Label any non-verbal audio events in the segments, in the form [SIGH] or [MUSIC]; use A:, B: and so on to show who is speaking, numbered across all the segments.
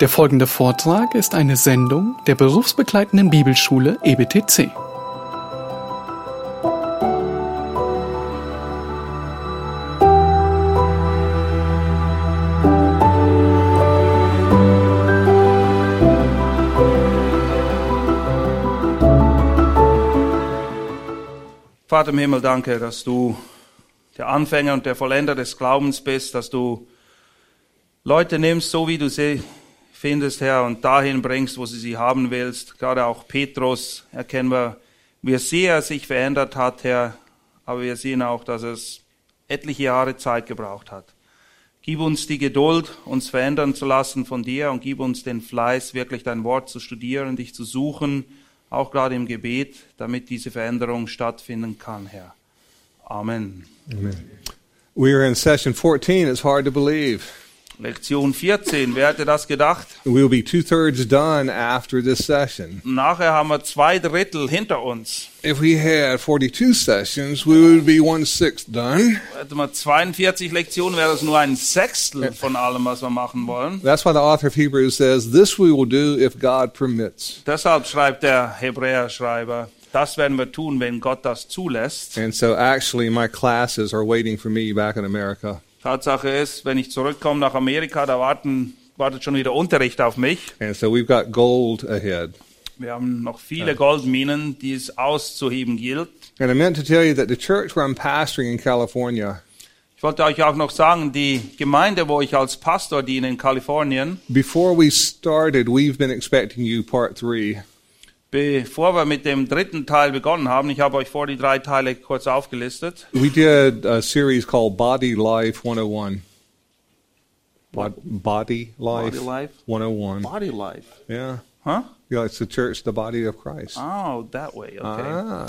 A: Der folgende Vortrag ist eine Sendung der berufsbegleitenden Bibelschule E EBTC.
B: Vater im Himmel, danke, dass du der Anfänger und der Vollender des Glaubens bist, dass du Leute nimmst, so wie du sie findest, Herr, und dahin bringst, wo sie sie haben willst. Gerade auch Petrus erkennen wir, wie sehr er sich verändert hat, Herr, aber wir sehen auch, dass es etliche Jahre Zeit gebraucht hat. Gib uns die Geduld, uns verändern zu lassen von dir und gib uns den Fleiß, wirklich dein Wort zu studieren, dich zu suchen, auch gerade im Gebet, damit diese Veränderung stattfinden kann, Herr. Amen.
C: Amen. We are in session 14. It's hard to believe.
B: Lektion 14, wer hätte das gedacht?
C: We'll be two thirds done after this session.
B: Nachher haben wir zwei Drittel hinter uns.
C: If we had 42 sessions, we would be one sixth done.
B: Hätten wir 42 Lektionen, wäre das nur ein Sechstel von allem, was wir machen wollen.
C: That's why the author of Hebrews says, This we will do if God permits.
B: Deshalb schreibt der Hebräer-Schreiber, das werden wir tun, wenn Gott das zulässt.
C: And so, actually, my classes are waiting for me back in America.
B: Tatsache ist, wenn ich zurückkomme nach Amerika, da warten, wartet schon wieder Unterricht auf mich.
C: And so, we've got gold ahead.
B: Wir haben noch viele Goldminen, die es auszuheben gilt.
C: And I meant to tell you that the church where I'm pastoring in California,
B: Ich wollte euch auch noch sagen, die Gemeinde, wo ich als Pastor diene in Kalifornien,
C: before we started, we've been expecting you part three.
B: bevor wir mit dem dritten Teil begonnen haben, ich habe euch vor die drei Teile kurz aufgelistet.
C: We did a series called Body Life 101. Bod- Body Life,
B: Body Life?
C: 101.
B: Body Life.
C: Yeah.
B: Huh?
C: Yeah, it's the church, the body of Christ.
B: Oh, that way, okay.
C: Ah.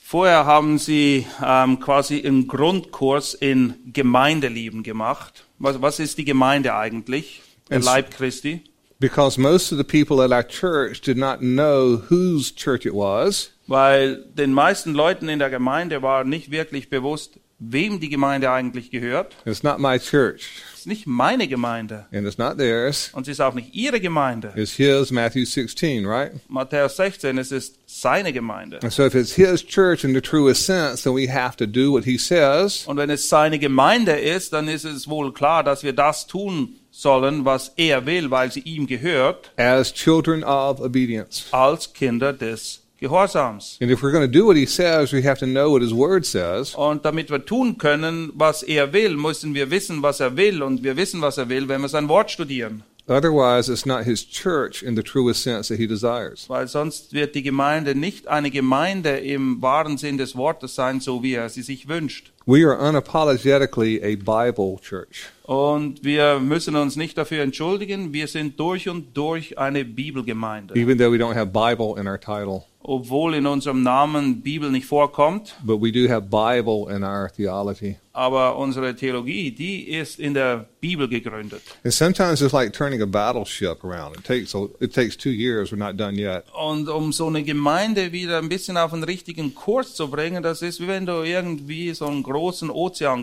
B: Vorher haben sie ähm, quasi einen Grundkurs in Gemeindelieben gemacht. Was, was ist die Gemeinde eigentlich? Der
C: Es-
B: Leib Christi.
C: Because most of the people at our church did not know whose church it was.
B: Weil den meisten Leuten in der Gemeinde war nicht wirklich bewusst, wem die Gemeinde eigentlich gehört.
C: It's not my church,
B: Es ist nicht meine Gemeinde
C: and it's not theirs.
B: und es ist auch nicht ihre Gemeinde.
C: It's his, Matthew 16, right?
B: Matthäus 16, es ist seine Gemeinde.
C: And so if it's his church in the truest sense, then we have to do what he says.
B: Und wenn es seine Gemeinde ist, dann ist es wohl klar, dass wir das tun sollen, was er will, weil sie ihm gehört,
C: As children of obedience.
B: als Kinder des Gehorsams.
C: And if we're going to do what he says, we have to know what his word says.
B: Und damit wir tun können, was er will, müssen wir wissen, was er will. Und wir wissen, was er will, wenn wir sein Wort studieren.
C: Otherwise, it's not his church in the truest sense that he desires.
B: Weil sonst wird die Gemeinde nicht eine Gemeinde im wahren Sinn des Wortes sein, so wie er sie sich wünscht.
C: We are unapologetically a Bible church.
B: Und wir müssen uns nicht dafür entschuldigen. Wir sind durch und durch eine Bibelgemeinde.
C: even though we don't have Bible in our title,
B: Obwohl in unserem Namen Bibel nicht vorkommt.
C: but we do have Bible in our theology.
B: Aber unsere Theologie, die ist in der Bibel gegründet.
C: And sometimes it's like turning a battleship around. It takes a, it takes two years. We're not done yet.
B: Und um so eine Gemeinde wieder ein bisschen auf den richtigen Kurs zu bringen, das ist wie wenn du irgendwie so einen großen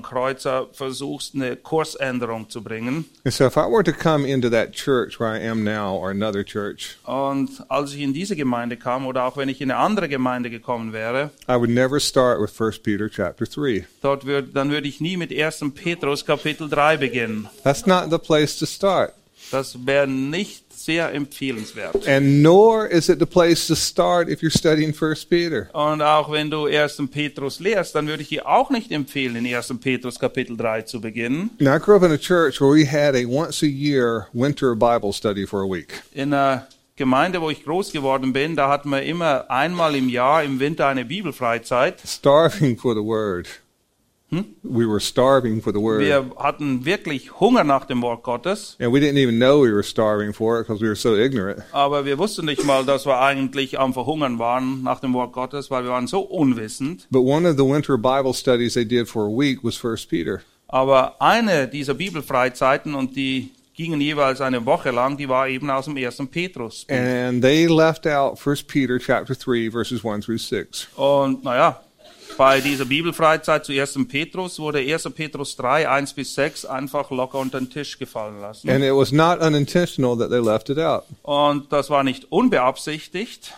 B: Ozeankreuzer versuchst, eine Kursänderung zu bringen.
C: And so, if I were to come into that church where I am now, or another church,
B: Und als ich in diese Gemeinde kam oder auch wenn ich in eine andere Gemeinde gekommen wäre,
C: I would never start with First Peter chapter three.
B: dort würd, dann würde ich nie mit 1. Petrus Kapitel 3 beginnen.
C: That's not the place to start,
B: Das wäre nicht sehr empfehlenswert.
C: and nor is it the place to start if you're studying First Peter.
B: Und auch wenn du 1. Petrus lehrst, dann würde ich dir auch nicht empfehlen, in 1. Petrus Kapitel 3 zu beginnen.
C: Now, I grew up in a church where we had a once a year winter Bible study for a week.
B: in einer Gemeinde, wo ich groß geworden bin, da hatten wir immer einmal im Jahr im Winter eine Bibelfreizeit.
C: starving for the word. We were starving for the word.
B: Wir hatten wirklich Hunger nach dem Wort Gottes,
C: And we didn't even know we were starving for it because we were so ignorant.
B: aber wir wussten nicht mal, dass wir eigentlich am Verhungern waren nach dem Wort Gottes, weil wir waren so unwissend.
C: But one of the winter Bible studies they did for a week was First Peter.
B: Aber eine dieser Bibelfreizeiten und die gingen jeweils eine Woche lang, die war eben aus dem ersten Petrus.
C: Äh. And they left out First Peter chapter 3 verses 1 through 6.
B: Und naja, bei dieser Bibelfreizeit zu 1. Petrus wurde 1. Petrus 3, 1 bis 6 einfach locker unter den Tisch gefallen lassen.
C: And it was not unintentional that they left it out.
B: Und das war nicht unbeabsichtigt.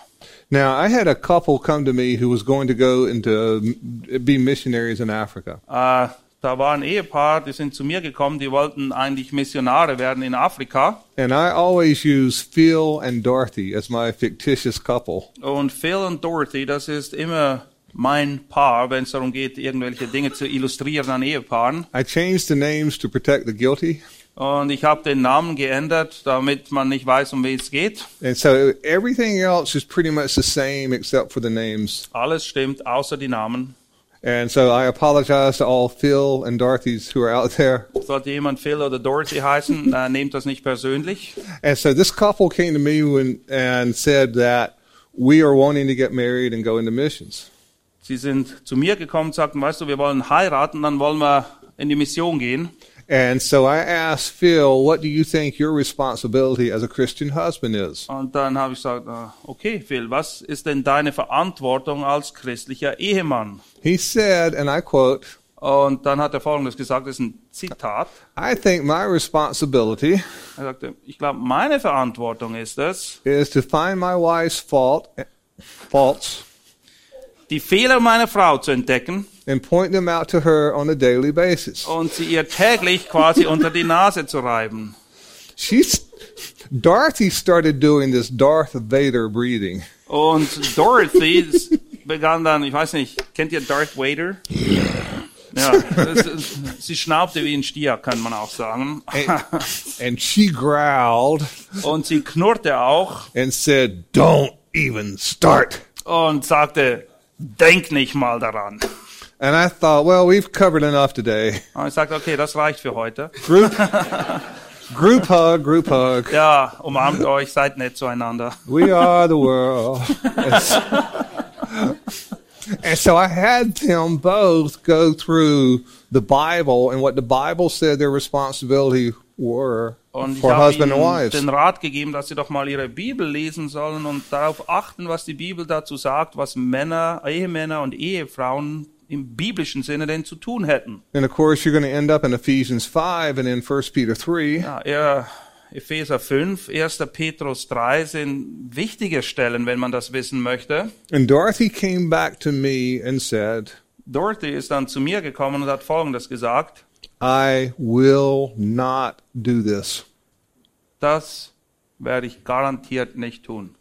C: Now, I had a couple come to me who was going to go into uh, be missionaries in Africa.
B: Äh, da war ein Ehepaar, die sind zu mir gekommen, die wollten eigentlich Missionare werden in Afrika.
C: And I always use Phil and Dorothy as my fictitious couple.
B: Und Phil und Dorothy, das ist immer mein Paar, wenn es darum geht, irgendwelche Dinge zu illustrieren an Ehepaaren.
C: I changed the names to protect the guilty.
B: Und ich habe den Namen geändert, damit man nicht weiß, um wen es geht.
C: And so everything else is pretty much the same except for the names.
B: Alles stimmt, außer die Namen.
C: And so I apologize to all Phil and Dorothy's who are out [LAUGHS] there.
B: Sollte jemand Phil oder Dorothy heißen, [LAUGHS] äh, nehmt das nicht persönlich.
C: And so this couple came to me when, and said that we are wanting to get married and go into missions.
B: Sie sind zu mir gekommen und sagten, weißt du, wir wollen heiraten, dann wollen wir in die Mission gehen.
C: And so I asked Phil, what do you think your responsibility as a Christian husband is?
B: Und dann habe ich gesagt, ah, okay Phil, was ist denn deine Verantwortung als christlicher Ehemann?
C: He said, and I quote,
B: Und dann hat er Folgendes gesagt, das ist ein Zitat.
C: I think my responsibility
B: Er sagte, ich glaube, meine Verantwortung ist es,
C: is to find my wife's fault, faults
B: die Fehler meiner Frau zu entdecken
C: and point them out to her on a daily basis.
B: und sie ihr täglich quasi unter die Nase zu reiben.
C: She's Dorothy started doing this Darth Vader breathing.
B: Und Dorothy begann dann, ich weiß nicht, kennt ihr Darth Vader? Ja, das, ist- sie schnaubte wie ein Stier, kann man auch sagen.
C: And, and she growled
B: Und sie knurrte auch
C: and said, Don't even start.
B: und sagte, denk nicht mal daran.
C: And I thought, well, we've covered enough today.
B: Und ich sagte, okay, das reicht für heute.
C: Group, group hug, group hug.
B: Ja, umarmt euch, seid nett zueinander.
C: We are the world. and so I had them both go through the Bible and what the Bible said their responsibility were
B: Und ich
C: for
B: habe
C: husband and
B: ihnen
C: wives.
B: den Rat gegeben, dass sie doch mal ihre Bibel lesen sollen und darauf achten, was die Bibel dazu sagt, was Männer, Ehemänner und Ehefrauen im biblischen Sinne denn zu tun hätten.
C: And of course, you're going to end up in Ephesians 5 and in 1 Peter 3.
B: Ja, eher Epheser 5, 1. Petrus 3 sind wichtige Stellen, wenn man das wissen möchte.
C: And Dorothy came back to me and said,
B: Dorothy ist dann zu mir gekommen und hat Folgendes gesagt.
C: I will not do this.
B: Das werde ich garantiert nicht tun.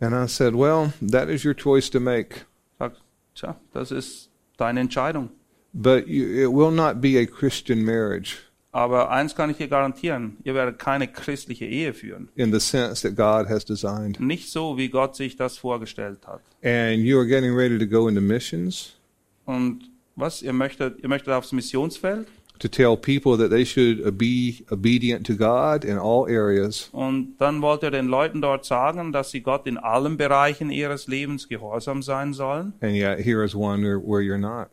C: And I said, Well, that is your choice to make,
B: Sagt, tja, das ist deine Entscheidung.
C: but you, it will not be a Christian marriage
B: Aber eins kann ich dir garantieren, ihr werdet keine christliche Ehe führen.
C: in the sense that God has designed.
B: Nicht so, wie Gott sich das vorgestellt hat.
C: And you are getting ready to go into missions
B: Und was, ihr möchtet, ihr möchtet aufs Missionsfeld
C: to tell people that they should be obedient to God in all areas.
B: und dann wollt ihr den Leuten dort sagen, dass sie Gott in allen Bereichen ihres Lebens gehorsam sein sollen.
C: And yet, here is one where, where you're not.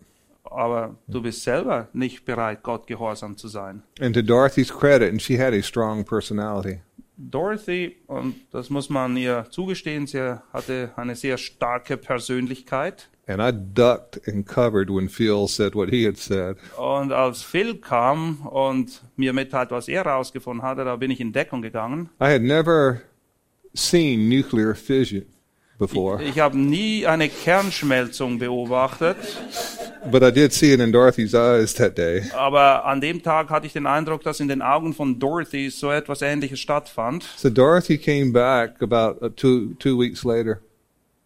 B: Aber du bist selber nicht bereit, Gott gehorsam zu sein.
C: And to Dorothy's credit, and she had a strong personality.
B: Dorothy, und das muss man ihr zugestehen, sie hatte eine sehr starke Persönlichkeit.
C: And I ducked and covered when Phil said what he had said.
B: Und als Phil kam und mir mitteilt, was er herausgefunden hatte, da bin ich in Deckung gegangen.
C: I had never seen nuclear fission
B: [LAUGHS]
C: before,
B: Ich habe nie eine Kernschmelzung beobachtet,
C: but I did see it in Dorothy's eyes that day.
B: aber an dem Tag hatte ich den Eindruck, dass in den Augen von Dorothy so etwas Ähnliches stattfand.
C: So Dorothy came back about uh, two two weeks later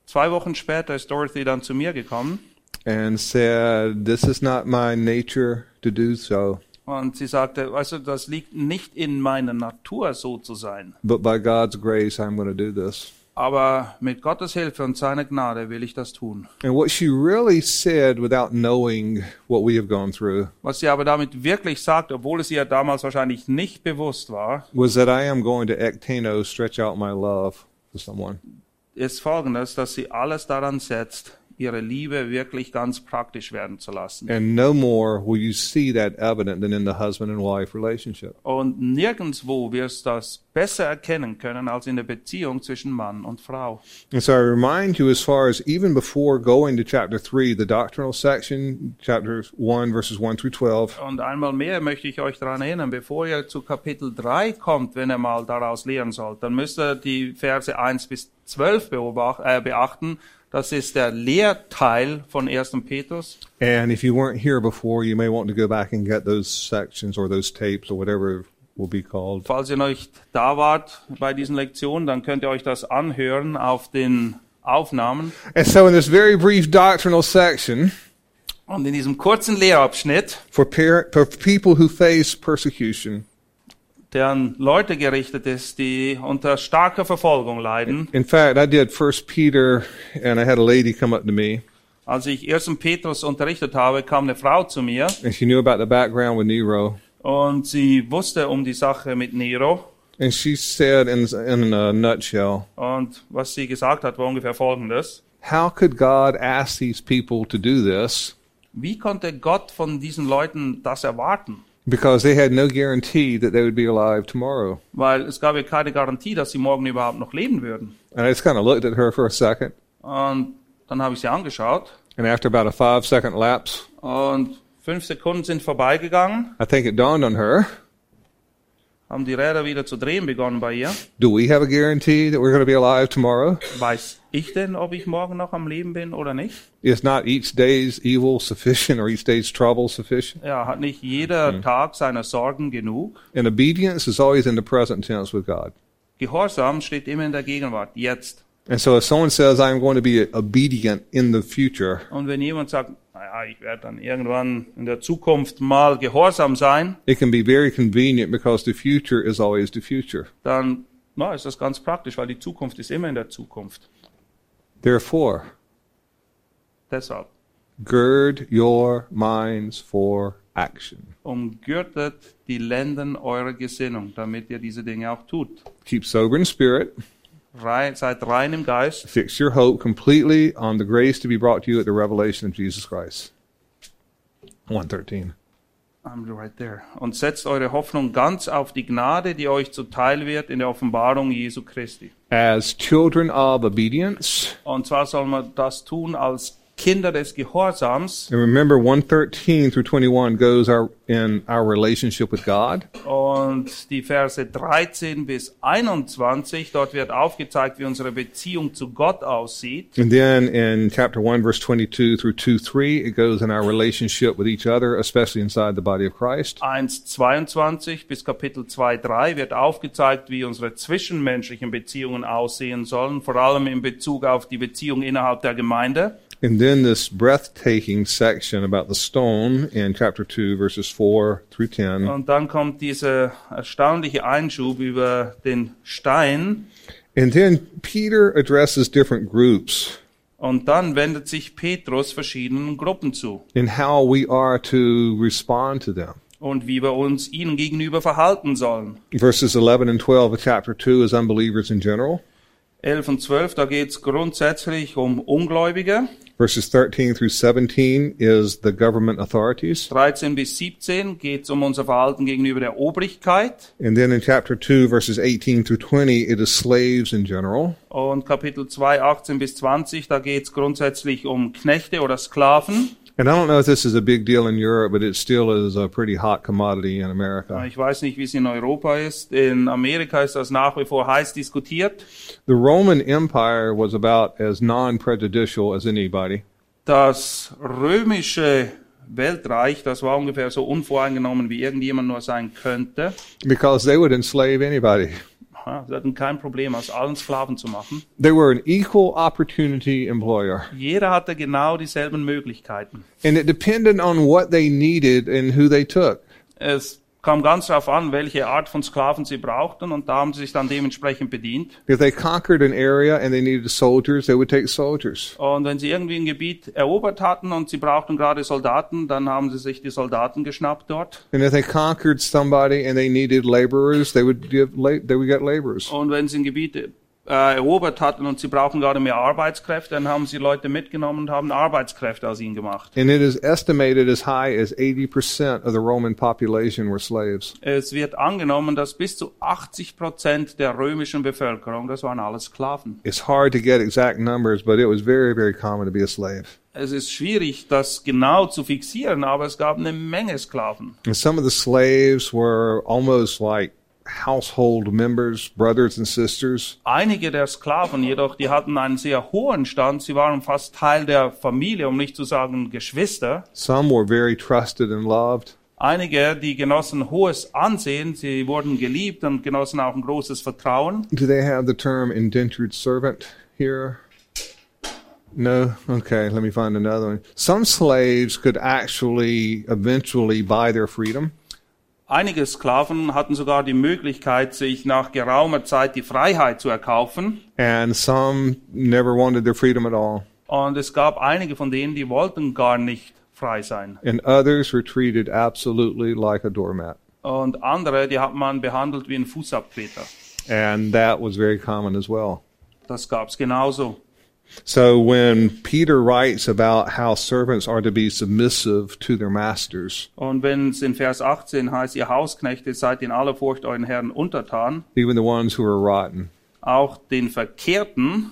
B: Zwei Wochen später ist Dorothy dann zu mir gekommen
C: and said, "This is not my nature to do so,
B: und sie sagte, weißt du, das liegt nicht in meiner Natur, so zu sein.
C: but by God's grace, I'm going to do this."
B: Aber mit Gottes Hilfe und seiner Gnade will ich das tun.
C: And what she really said, without knowing what we have gone through,
B: Was sie aber damit wirklich sagt, obwohl es ihr damals wahrscheinlich nicht bewusst war,
C: was that I am going to ectano stretch out my love to someone.
B: ist folgendes, dass sie alles daran setzt, ihre Liebe wirklich ganz praktisch werden zu lassen.
C: And no more will you see that evident than in the husband and wife relationship.
B: Und nirgendwo wirst du das besser erkennen können als in der Beziehung zwischen Mann und Frau.
C: And so I remind you, as far as even before going to chapter 3, the doctrinal section, chapters 1, verses 1 through 12,
B: Und einmal mehr möchte ich euch daran erinnern, bevor ihr zu Kapitel 3 kommt, wenn ihr mal daraus lehren sollt, dann müsst ihr die Verse 1 bis 12 beobacht, äh, beachten. Das ist der Lehrteil von 1. Petrus.
C: and if you weren't here before, you may want to go back and get those sections or those tapes or whatever it will be called.
B: Falls ihr noch nicht da wart bei diesen Lektionen, dann könnt ihr euch das anhören auf den Aufnahmen.
C: And so, in this very brief doctrinal section,
B: Und in diesem kurzen Lehrabschnitt,
C: for, par- for people who face persecution,
B: der an Leute gerichtet ist, die unter starker Verfolgung leiden,
C: in fact, I did First Peter, and I had a lady come up to me,
B: als ich 1. Petrus unterrichtet habe, kam eine Frau zu mir
C: and she knew about the background with Nero.
B: und sie wusste um die Sache mit Nero.
C: And she said, in, in a nutshell,
B: Und was sie gesagt hat, war ungefähr Folgendes.
C: How could God ask these people to do this?
B: Wie konnte Gott von diesen Leuten das erwarten?
C: Because they had no guarantee that they would be alive tomorrow.
B: Weil es gab ja keine Garantie, dass sie morgen überhaupt noch leben würden.
C: And I just kind of looked at her for a second.
B: Und dann habe ich sie angeschaut
C: And after about a five second lapse,
B: und fünf Sekunden sind vorbeigegangen,
C: I think it dawned on her
B: haben die Räder wieder zu drehen begonnen bei ihr.
C: do we have a guarantee that we're going to be alive tomorrow?
B: Weiß ich denn, ob ich morgen noch am Leben bin oder nicht?
C: Is not each day's evil sufficient [LAUGHS] or each day's trouble sufficient?
B: Ja, hat nicht jeder Tag seiner Sorgen genug?
C: And obedience is always in the present tense with God.
B: Gehorsam steht immer in der Gegenwart, jetzt.
C: And so if someone says, I'm going to be obedient in the future,
B: Und wenn jemand sagt, naja, ich werde dann irgendwann in der Zukunft mal gehorsam sein,
C: it can be very convenient because the future is always the future.
B: dann na, ist das ganz praktisch, weil die Zukunft ist immer in der Zukunft.
C: Therefore,
B: Deshalb
C: Gird your minds for action.
B: umgürtet die Lenden eurer Gesinnung, damit ihr diese Dinge auch tut.
C: Keep sober in spirit.
B: Rein, seid rein im Geist,
C: Fix your hope completely on the grace to be brought to you at the revelation of Jesus Christ. 113.
B: I'm right there, und setzt eure Hoffnung ganz auf die Gnade, die euch zuteil wird in der Offenbarung Jesu Christi.
C: As children of obedience,
B: Und zwar soll man das tun als Kinder des Gehorsams.
C: and remember 113 through 21 goes our, in our relationship with God.
B: Und die Verse 13 bis 21, dort wird aufgezeigt, wie unsere Beziehung zu Gott aussieht.
C: And then in chapter 1, verse 22 through 2 3, it goes in our relationship with each other, especially inside the body of Christ.
B: 1.22 bis Kapitel 2.3 wird aufgezeigt, wie unsere zwischenmenschlichen Beziehungen aussehen sollen, vor allem in Bezug auf die Beziehung innerhalb der Gemeinde.
C: And then this breathtaking section about the stone in chapter 2, verses 4 through 10.
B: Und dann kommt dieser erstaunliche Einschub über den Stein,
C: And then Peter addresses different groups
B: Und dann wendet sich Petrus verschiedenen Gruppen zu
C: in how we are to respond to them.
B: und wie wir uns ihnen gegenüber verhalten sollen.
C: Verses 11 and 12 of chapter 2 is unbelievers in general.
B: 11 und 12, da geht's grundsätzlich um Ungläubige.
C: Verses 13 through 17 is the government authorities.
B: 13 bis 17 geht's um unser Verhalten gegenüber der Obrigkeit.
C: And then in chapter 2, verses 18 through 20, it is slaves in general.
B: Und Kapitel 2, 18 bis 20, da geht's grundsätzlich um Knechte oder Sklaven.
C: And I don't know if this is a big deal in Europe, but it still is a pretty hot commodity in America.
B: Ich weiß nicht, wie es in Europa ist. In Amerika ist das nach wie vor heiß diskutiert.
C: The Roman Empire was about as non prejudicial as anybody.
B: Das römische Weltreich, das war ungefähr so unvoreingenommen, wie irgendjemand nur sein könnte.
C: because they would enslave anybody.
B: Ja, Sie hatten kein Problem, aus allen Sklaven zu machen.
C: They were an equal opportunity employer.
B: Jeder hatte genau dieselben Möglichkeiten.
C: And it depended on what they needed and who they took.
B: Es kam ganz darauf an, welche Art von Sklaven sie brauchten und da haben sie sich dann dementsprechend bedient.
C: If they conquered an area and they needed soldiers, they would take soldiers.
B: Und wenn sie irgendwie ein Gebiet erobert hatten und sie brauchten gerade Soldaten, dann haben sie sich die Soldaten geschnappt dort.
C: And if they conquered somebody and they needed laborers, they would give la- they would get laborers.
B: Und wenn sie ein Gebiet äh, erobert hatten und sie brauchen gerade mehr Arbeitskräfte, dann haben sie Leute mitgenommen und haben Arbeitskräfte aus ihnen gemacht.
C: And it is estimated as high as 80% of the Roman population were slaves.
B: Es wird angenommen, dass bis zu 80 Prozent der römischen Bevölkerung, das waren alles Sklaven.
C: It's hard to get exact numbers, but it was very, very common to be a slave.
B: Es ist schwierig, das genau zu fixieren, aber es gab eine Menge Sklaven.
C: And some of the slaves were almost like household members, brothers and sisters.
B: Einige der Sklaven jedoch, die hatten einen sehr hohen Stand, sie waren fast Teil der Familie, um nicht zu sagen Geschwister.
C: Some were very trusted and loved.
B: Einige, die genossen hohes Ansehen, sie wurden geliebt und genossen auch ein großes Vertrauen.
C: Do they have the term indentured servant here? No? Okay, let me find another one. Some slaves could actually eventually buy their freedom.
B: Einige Sklaven hatten sogar die Möglichkeit, sich nach geraumer Zeit die Freiheit zu erkaufen.
C: and some never wanted their freedom at all.
B: Und es gab einige von denen, die wollten gar nicht frei sein.
C: And others were treated absolutely like a doormat.
B: Und andere, die hat man behandelt wie einen Fußabtreter.
C: And that was very common as well.
B: Das gab's genauso.
C: So when Peter writes about how servants are to be submissive to their masters,
B: Und wenn es in Vers 18 heißt, ihr Hausknechte seid in aller Furcht euren Herren untertan,
C: even the ones who are rotten.
B: auch den Verkehrten,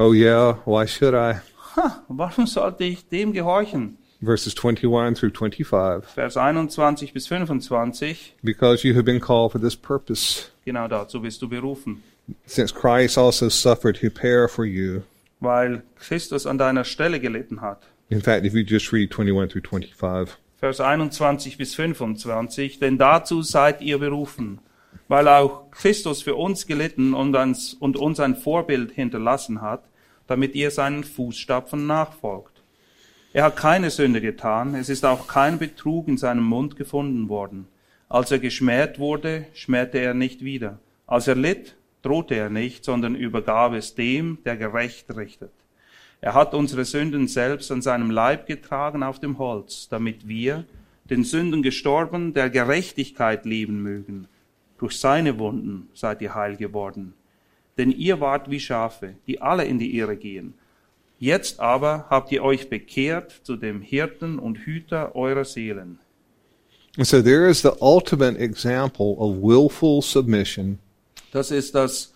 C: Oh yeah, why should I?
B: ha, warum sollte ich dem gehorchen?
C: Verses 21 through 25.
B: Vers 21 bis 25,
C: Because you have been called for this purpose,
B: genau dazu bist du berufen.
C: since Christ also suffered to prepare for you.
B: Weil Christus an deiner Stelle gelitten hat.
C: In fact, if you just read 21 through 25.
B: Vers 21 bis 25, denn dazu seid ihr berufen, weil auch Christus für uns gelitten und uns, und uns ein Vorbild hinterlassen hat, damit ihr seinen Fußstapfen nachfolgt. Er hat keine Sünde getan, es ist auch kein Betrug in seinem Mund gefunden worden. Als er geschmäht wurde, schmähte er nicht wieder. Als er litt, drohte er nicht, sondern übergab es dem, der gerecht richtet. Er hat unsere Sünden selbst an seinem Leib getragen auf dem Holz, damit wir, den Sünden gestorben, der Gerechtigkeit leben mögen. Durch seine Wunden seid ihr heil geworden. Denn ihr wart wie Schafe, die alle in die Irre gehen. Jetzt aber habt ihr euch bekehrt zu dem Hirten und Hüter eurer Seelen.
C: And so there is the ultimate example of willful submission
B: Das ist das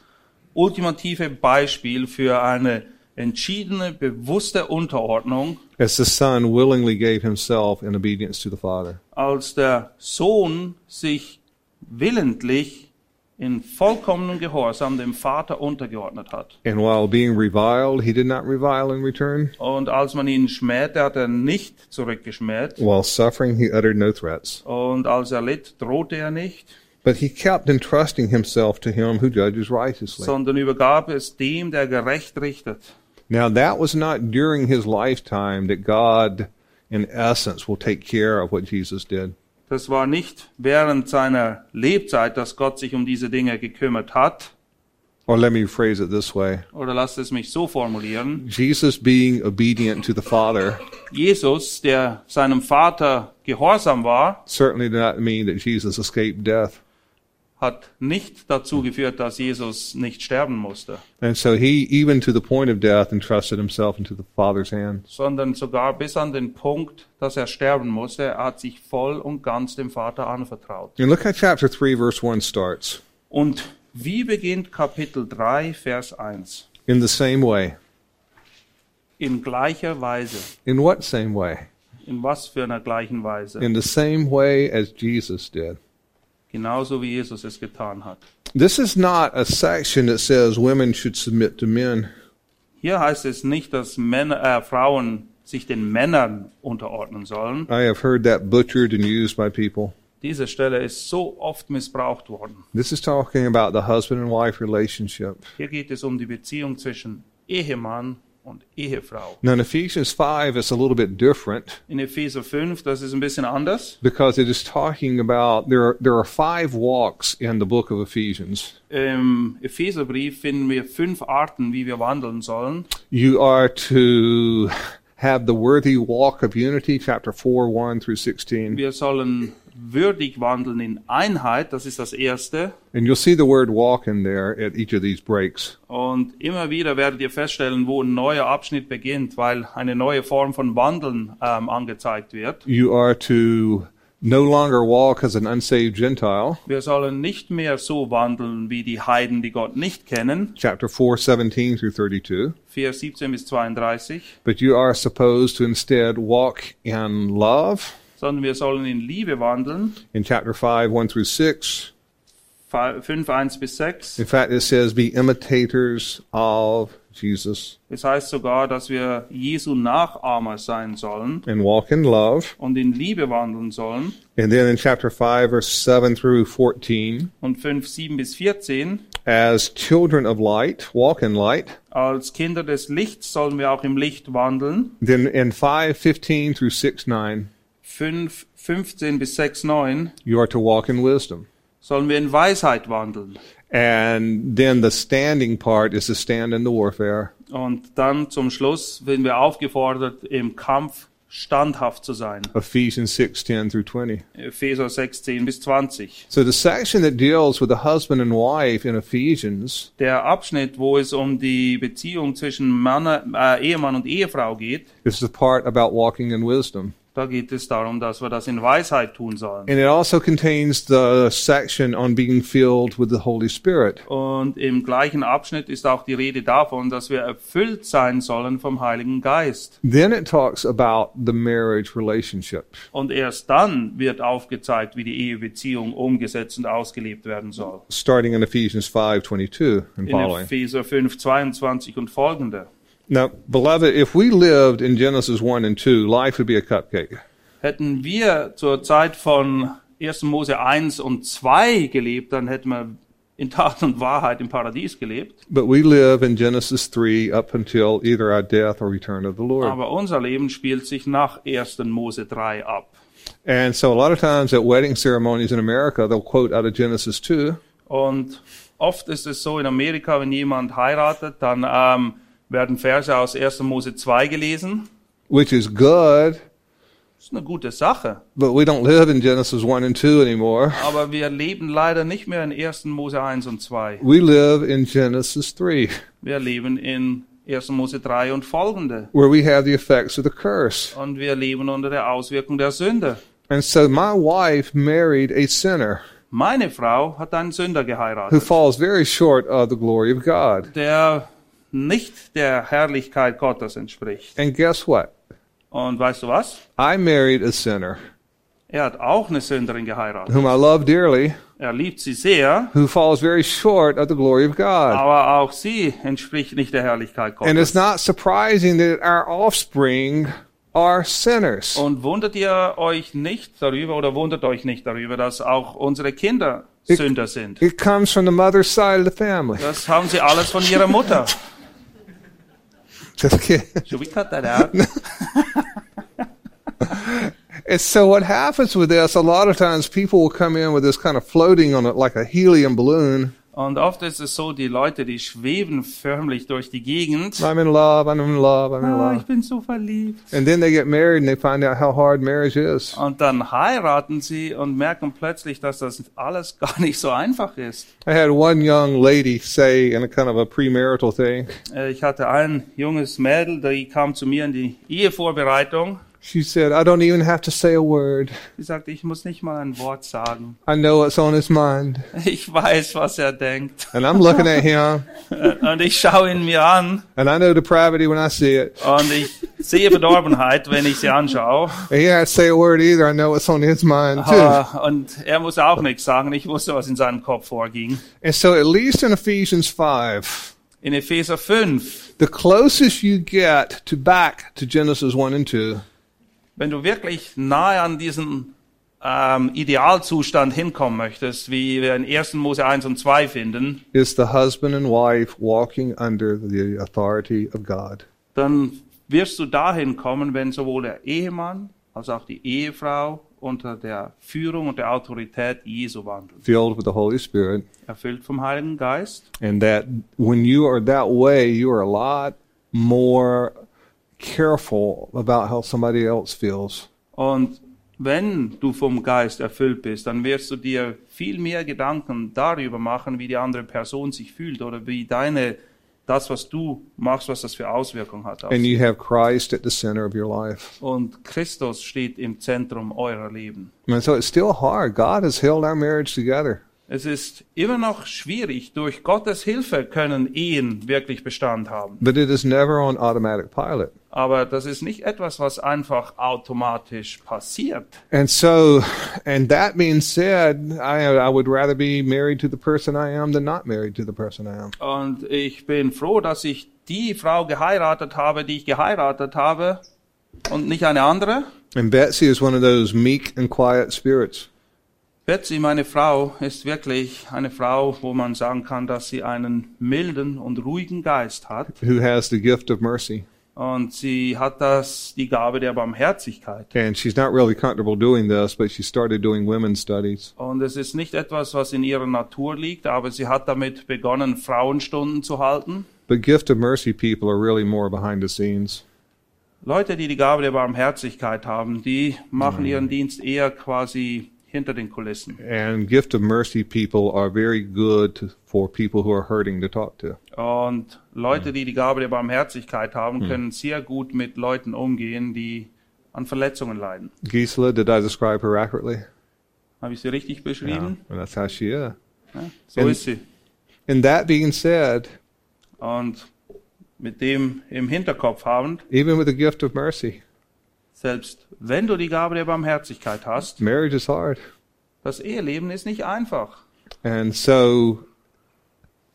B: ultimative Beispiel für eine entschiedene, bewusste Unterordnung
C: as the Son willingly gave himself in obedience to the Father.
B: als der Sohn sich willentlich in vollkommenem Gehorsam dem Vater untergeordnet hat.
C: And while being reviled, he did not revile in return.
B: Und als man ihn schmähte, hat er nicht zurückgeschmäht.
C: While suffering, he uttered no threats.
B: Und als er litt, drohte er nicht,
C: But he kept entrusting himself to him who judges righteously.
B: sondern übergab es dem, der gerecht richtet.
C: now, that was not during his lifetime that God, in essence, will take care of what Jesus did.
B: Das war nicht während seiner Lebzeit, dass Gott sich um diese Dinge gekümmert hat.
C: Or let me phrase it this way
B: Oder lasst es mich so formulieren.
C: Jesus being obedient to the Father
B: Jesus, der seinem Vater gehorsam war,
C: certainly did not mean that Jesus escaped death.
B: hat nicht dazu geführt, dass Jesus nicht sterben musste,
C: And so he, even to the point of death, entrusted himself into the Father's hand.
B: sondern sogar bis an den Punkt, dass er sterben musste, er hat sich voll und ganz dem Vater anvertraut.
C: And look how chapter 3, verse 1 starts.
B: Und wie beginnt Kapitel 3, Vers 1?
C: In the same way.
B: In gleicher Weise.
C: In what same way?
B: In was für einer gleichen Weise?
C: In the same way as Jesus did.
B: Genauso wie Jesus es getan hat.
C: This is not a section that says women should submit to men.
B: Hier heißt es nicht, dass Männer, äh, Frauen sich den Männern unterordnen sollen.
C: I have heard that butchered and used by people.
B: Diese Stelle ist so oft missbraucht worden.
C: This is talking about the husband and wife relationship.
B: Hier geht es um die Beziehung zwischen Ehemann und Ehefrau.
C: Now, in Ephesians 5, it's a little bit different
B: In Epheser 5, das ist ein bisschen anders.
C: because it is talking about there are, there are five walks in the book of Ephesians.
B: Im Epheserbrief finden wir fünf Arten, wie wir wandeln sollen.
C: You are to have the worthy walk of unity, chapter 4, 1 through 16.
B: Wir sollen würdig wandeln in Einheit, das ist das Erste.
C: And you'll see the word walk in there at each of these breaks.
B: Und immer wieder werdet ihr feststellen, wo ein neuer Abschnitt beginnt, weil eine neue Form von Wandeln ähm, angezeigt wird.
C: You are to no longer walk as an unsaved Gentile,
B: Wir sollen nicht mehr so wandeln wie die Heiden, die Gott nicht kennen.
C: chapter 4, 17 through 32,
B: 4, 17 bis 32.
C: but you are supposed to instead walk in love
B: Sondern wir sollen in Liebe wandeln.
C: in chapter 5, 1 through 6.
B: Fa- 5, 1 bis
C: In
B: 6.
C: fact, it says, be imitators of Jesus
B: Es heißt sogar, dass wir Jesu Nachahmer sein sollen
C: and walk in love.
B: und in Liebe wandeln sollen.
C: And then in chapter 5, verse 7 through 14,
B: Und 5, 7 bis 14.
C: as children of light, walk in light.
B: Als Kinder des Lichts sollen wir auch im Licht wandeln.
C: Then in 5, 15 through 6, 9,
B: 5, 15 bis 6, 9
C: you are to walk in wisdom.
B: sollen wir in Weisheit wandeln.
C: And then the standing part is to stand in the warfare.
B: Und dann zum Schluss werden wir aufgefordert, im Kampf standhaft zu sein.
C: Ephesians 6, 10 through 20.
B: Epheser 6, 10 bis 20.
C: So the section that deals with the husband and wife in Ephesians
B: Der Abschnitt, wo es um die Beziehung zwischen Mann, äh, Ehemann und Ehefrau geht,
C: is the part about walking in wisdom.
B: da geht es darum, dass wir das in Weisheit tun sollen.
C: And it also contains the section on being filled with the Holy Spirit.
B: Und im gleichen Abschnitt ist auch die Rede davon, dass wir erfüllt sein sollen vom Heiligen Geist.
C: Then it talks about the marriage relationship.
B: Und erst dann wird aufgezeigt, wie die Ehebeziehung umgesetzt und ausgelebt werden soll.
C: starting in Ephesians 5:22 and
B: In
C: following.
B: Epheser 5, 22 und folgende.
C: Now, beloved, if we lived in Genesis 1 and 2, life would be a cupcake.
B: Hätten wir zur Zeit von 1. Mose 1 und 2 gelebt, dann hätten wir in Tat und Wahrheit im Paradies gelebt.
C: But we live in Genesis 3 up until either our death or return of the Lord.
B: Aber unser Leben spielt sich nach 1. Mose 3 ab.
C: and so a lot of times at wedding ceremonies in America, they'll quote out of Genesis 2,
B: Und oft ist es so in Amerika, wenn jemand heiratet, dann ähm, werden Verse aus 1. Mose 2 gelesen.
C: which is good,
B: Das ist eine gute Sache.
C: but we don't live in Genesis 1 and 2 anymore.
B: Aber wir leben leider nicht mehr in 1. Mose 1 und 2.
C: We live in Genesis 3,
B: Wir leben in 1. Mose 3 und folgende.
C: where we have the effects of the curse.
B: Und wir leben unter der Auswirkung der Sünde.
C: And so my wife married a sinner
B: Meine Frau hat einen Sünder
C: who
B: geheiratet,
C: falls very short of the glory of God.
B: der nicht der Herrlichkeit Gottes entspricht.
C: And guess what?
B: Und weißt du was?
C: I married a sinner
B: Er hat auch eine Sünderin geheiratet.
C: whom I love dearly,
B: Er liebt sie sehr,
C: who falls very short of the glory of God.
B: aber auch sie entspricht nicht der Herrlichkeit
C: And it's
B: Gottes.
C: not surprising that our offspring are sinners.
B: Und wundert ihr euch nicht darüber oder wundert euch nicht darüber, dass auch unsere Kinder
C: Ich-
B: Sünder sind?
C: It comes from the mother's side of the family. [LAUGHS]
B: Das haben sie alles von ihrer Mutter. [LAUGHS]
C: Just kidding.
B: Should we cut that out?
C: And so what happens with this, a lot of times people will come in with this kind of floating on it like a helium balloon.
B: [LAUGHS] Und oft ist es so, die Leute, die schweben förmlich durch die Gegend.
C: I'm in love, I'm in love, I'm in
B: Ah, ich
C: love.
B: bin so verliebt.
C: And then they get married and they find out how hard marriage is.
B: Und dann heiraten sie und merken plötzlich, dass das alles [LAUGHS] gar nicht so einfach ist.
C: I had one young lady say in a kind of a premarital thing,
B: Äh, Ich hatte ein junges Mädel, die kam zu mir in die Ehevorbereitung.
C: she said, I don't even have to say a word.
B: Sie sagte, ich muss nicht mal ein Wort sagen.
C: I know what's on his mind.
B: Ich weiß, was er denkt.
C: And I'm looking at him,
B: Und ich schaue ihn mir an
C: and I know depravity when I see it.
B: und ich sehe Verdorbenheit, wenn ich sie anschaue.
C: And he didn't say a word either. I know what's on his mind, too.
B: Ah, und er muss auch nichts sagen. Ich wusste, was in seinem Kopf vorging.
C: and so, at least in Ephesians 5,
B: In Epheser 5,
C: the closest you get to back to Genesis 1 and 2
B: wenn du wirklich nahe an diesen ähm, Idealzustand hinkommen möchtest, wie wir in 1. Mose 1 und 2 finden,
C: is the husband and wife walking under the authority of God.
B: dann wirst du dahin kommen, wenn sowohl der Ehemann als auch die Ehefrau unter der Führung und der Autorität Jesu wandeln.
C: Filled with the Holy Spirit,
B: Erfüllt vom Heiligen Geist.
C: and that when you are that way, you are a lot more careful about how somebody else feels.
B: Und Wenn du vom Geist erfüllt bist, dann wirst du dir viel mehr Gedanken darüber machen, wie die andere Person sich fühlt oder wie deine, das, was du machst, was das für Auswirkungen hat. Auf
C: And
B: sie.
C: you have Christ at the center of your life.
B: Und Christus steht im Zentrum eurer Leben.
C: And so it's still hard. God has held our marriage together.
B: Es ist immer noch schwierig. Durch Gottes Hilfe können Ehen wirklich Bestand haben.
C: But it is never on automatic pilot.
B: Aber das ist nicht etwas, was einfach automatisch passiert.
C: And so, and that being said, I, I would rather be married to the person I am than not married to the person I am.
B: Und ich bin froh, dass ich die Frau geheiratet habe, die ich geheiratet habe und nicht eine andere.
C: And Betsy is one of those meek and quiet spirits.
B: Betsy, meine Frau, ist wirklich eine Frau, wo man sagen kann, dass sie einen milden und ruhigen Geist hat.
C: who has the gift of mercy.
B: Und sie hat das, die Gabe der Barmherzigkeit.
C: And she's not really comfortable doing this, but she started doing women's studies.
B: Und es ist nicht etwas, was in ihrer Natur liegt, aber sie hat damit begonnen, Frauenstunden zu halten.
C: But gift of mercy people are really more behind the scenes.
B: Leute, die die Gabe der Barmherzigkeit haben, die machen ihren Dienst eher quasi hinter den Kulissen.
C: And gift of mercy people are very good to, for people who are hurting to talk to.
B: Und Leute, die die Gabe der Barmherzigkeit haben, können sehr gut mit Leuten umgehen, die an Verletzungen leiden.
C: Gisela, did I describe her accurately?
B: Habe ich sie richtig beschrieben?
C: And that's how she is.
B: Ja, so
C: In-
B: ist sie.
C: And that being said,
B: Und mit dem im Hinterkopf habend,
C: even with the gift of mercy,
B: selbst wenn du die Gabe der Barmherzigkeit hast,
C: marriage is hard.
B: das Eheleben ist nicht einfach.
C: And so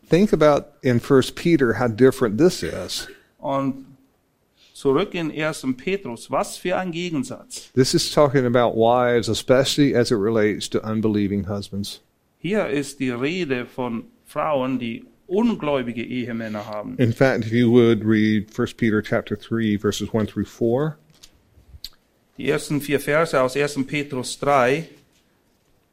C: think about in First Peter how different this is.
B: Und zurück in 1. Petrus, was für ein Gegensatz.
C: This is talking about wives, especially as it relates to unbelieving husbands.
B: Hier ist die Rede von Frauen, die ungläubige Ehemänner haben.
C: In fact, if you would read 1 Peter chapter 3 verses 1 through 4,
B: Die ersten vier Verse aus 1. Petrus 3.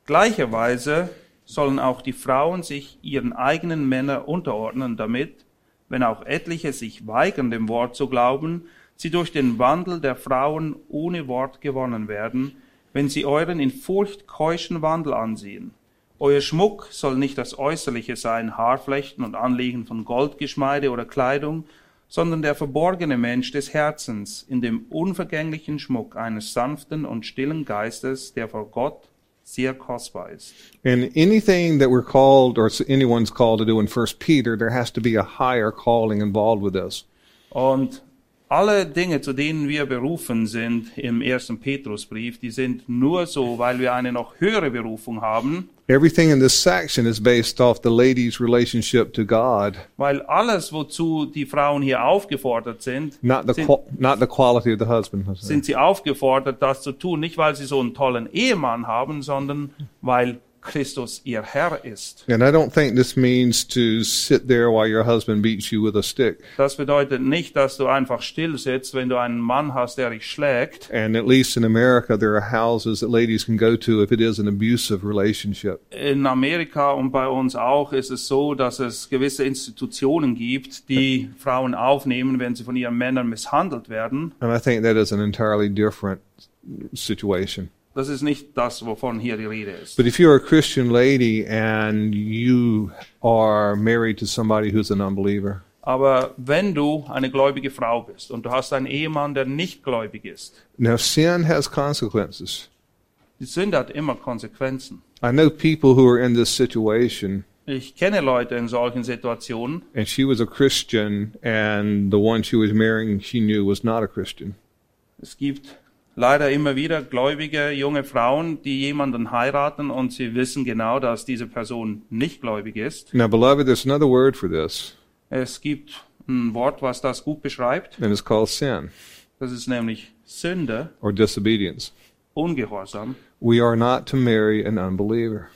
B: Gleicherweise sollen auch die Frauen sich ihren eigenen Männern unterordnen, damit, wenn auch etliche sich weigern, dem Wort zu glauben, sie durch den Wandel der Frauen ohne Wort gewonnen werden, wenn sie euren in Furcht keuschen Wandel ansehen. Euer Schmuck soll nicht das Äußerliche sein, Haarflechten und Anlegen von Goldgeschmeide oder Kleidung, sondern der verborgene Mensch des Herzens in dem unvergänglichen Schmuck eines sanften und stillen Geistes, der vor Gott sehr kostbar ist.
C: and anything that we're called or anyone's called to do in 1 Peter, there has to be a higher calling involved with this.
B: Und alle Dinge, zu denen wir berufen sind im ersten Petrusbrief, die sind nur so, weil wir eine noch höhere Berufung haben,
C: Everything in this section is based off the lady's relationship to God,
B: weil alles, wozu die Frauen hier aufgefordert sind,
C: not the
B: sind,
C: qua- not the quality of the husband.
B: sind sie aufgefordert, das zu tun, nicht weil sie so einen tollen Ehemann haben, sondern weil Christus ihr Herr ist.
C: And I don't think this means to sit there while your husband beats you with a stick.
B: Das bedeutet nicht, dass du einfach still sitzt, wenn du einen Mann hast, der dich schlägt.
C: And at least in America, there are houses that ladies can go to if it is an abusive relationship.
B: In Amerika und bei uns auch ist es so, dass es gewisse Institutionen gibt, die Frauen aufnehmen, wenn sie von ihren Männern misshandelt werden.
C: And I think that is an entirely different situation.
B: Das ist nicht das, wovon hier die Rede ist.
C: But if you're a Christian lady and you are married to somebody who's an unbeliever,
B: Aber wenn du eine gläubige Frau bist und du hast einen Ehemann, der nicht gläubig ist,
C: now sin has consequences.
B: die Sünde hat immer Konsequenzen.
C: I know people who are in this situation,
B: Ich kenne Leute in solchen Situationen
C: and she was a Christian, and the one she was marrying, she knew was not a Christian.
B: Es gibt leider immer wieder gläubige junge Frauen, die jemanden heiraten und sie wissen genau, dass diese Person nicht gläubig ist.
C: Now, beloved, there's another word for this,
B: Es gibt ein Wort, was das gut beschreibt.
C: and it's called sin
B: Das ist nämlich Sünde,
C: or disobedience.
B: Ungehorsam.
C: We are not to marry an unbeliever.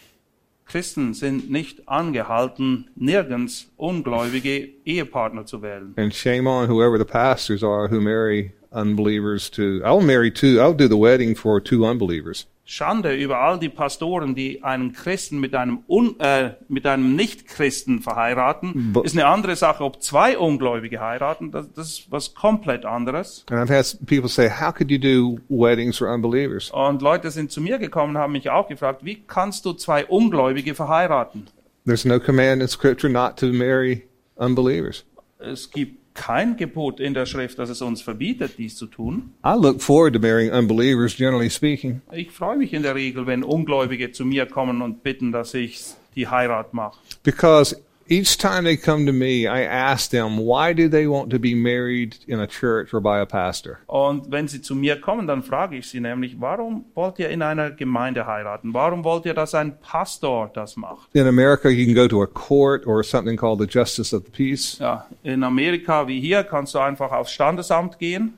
B: Christen sind nicht angehalten, nirgends ungläubige Ehepartner zu wählen.
C: And shame on whoever the pastors are who marry unbelievers to I'll marry two I'll do the wedding for two unbelievers.
B: Schande über all die Pastoren, die einen Christen mit einem, Un äh, mit einem Nicht-Christen verheiraten.
C: Bo-
B: ist eine andere Sache, ob zwei Ungläubige heiraten. Das, das ist was komplett anderes.
C: And I've had s- people say, How could you do weddings for unbelievers?
B: Und Leute sind zu mir gekommen und haben mich auch gefragt, wie kannst du zwei Ungläubige verheiraten?
C: There's no command in Scripture not to marry unbelievers.
B: Es gibt kein Gebot in der Schrift, das es uns verbietet, dies zu tun.
C: I look forward to marrying unbelievers, generally speaking.
B: Ich freue mich in der Regel, wenn Ungläubige zu mir kommen und bitten, dass ich die Heirat mache.
C: Because each time they come to me, I ask them, why do they want to be married in a church or by a pastor?
B: Und wenn sie zu mir kommen, dann frage ich sie nämlich, warum wollt ihr in einer Gemeinde heiraten? Warum wollt ihr, dass ein Pastor das macht?
C: In America, you can go to a court or something called the Justice of the Peace.
B: Ja, in Amerika wie hier kannst du einfach aufs Standesamt gehen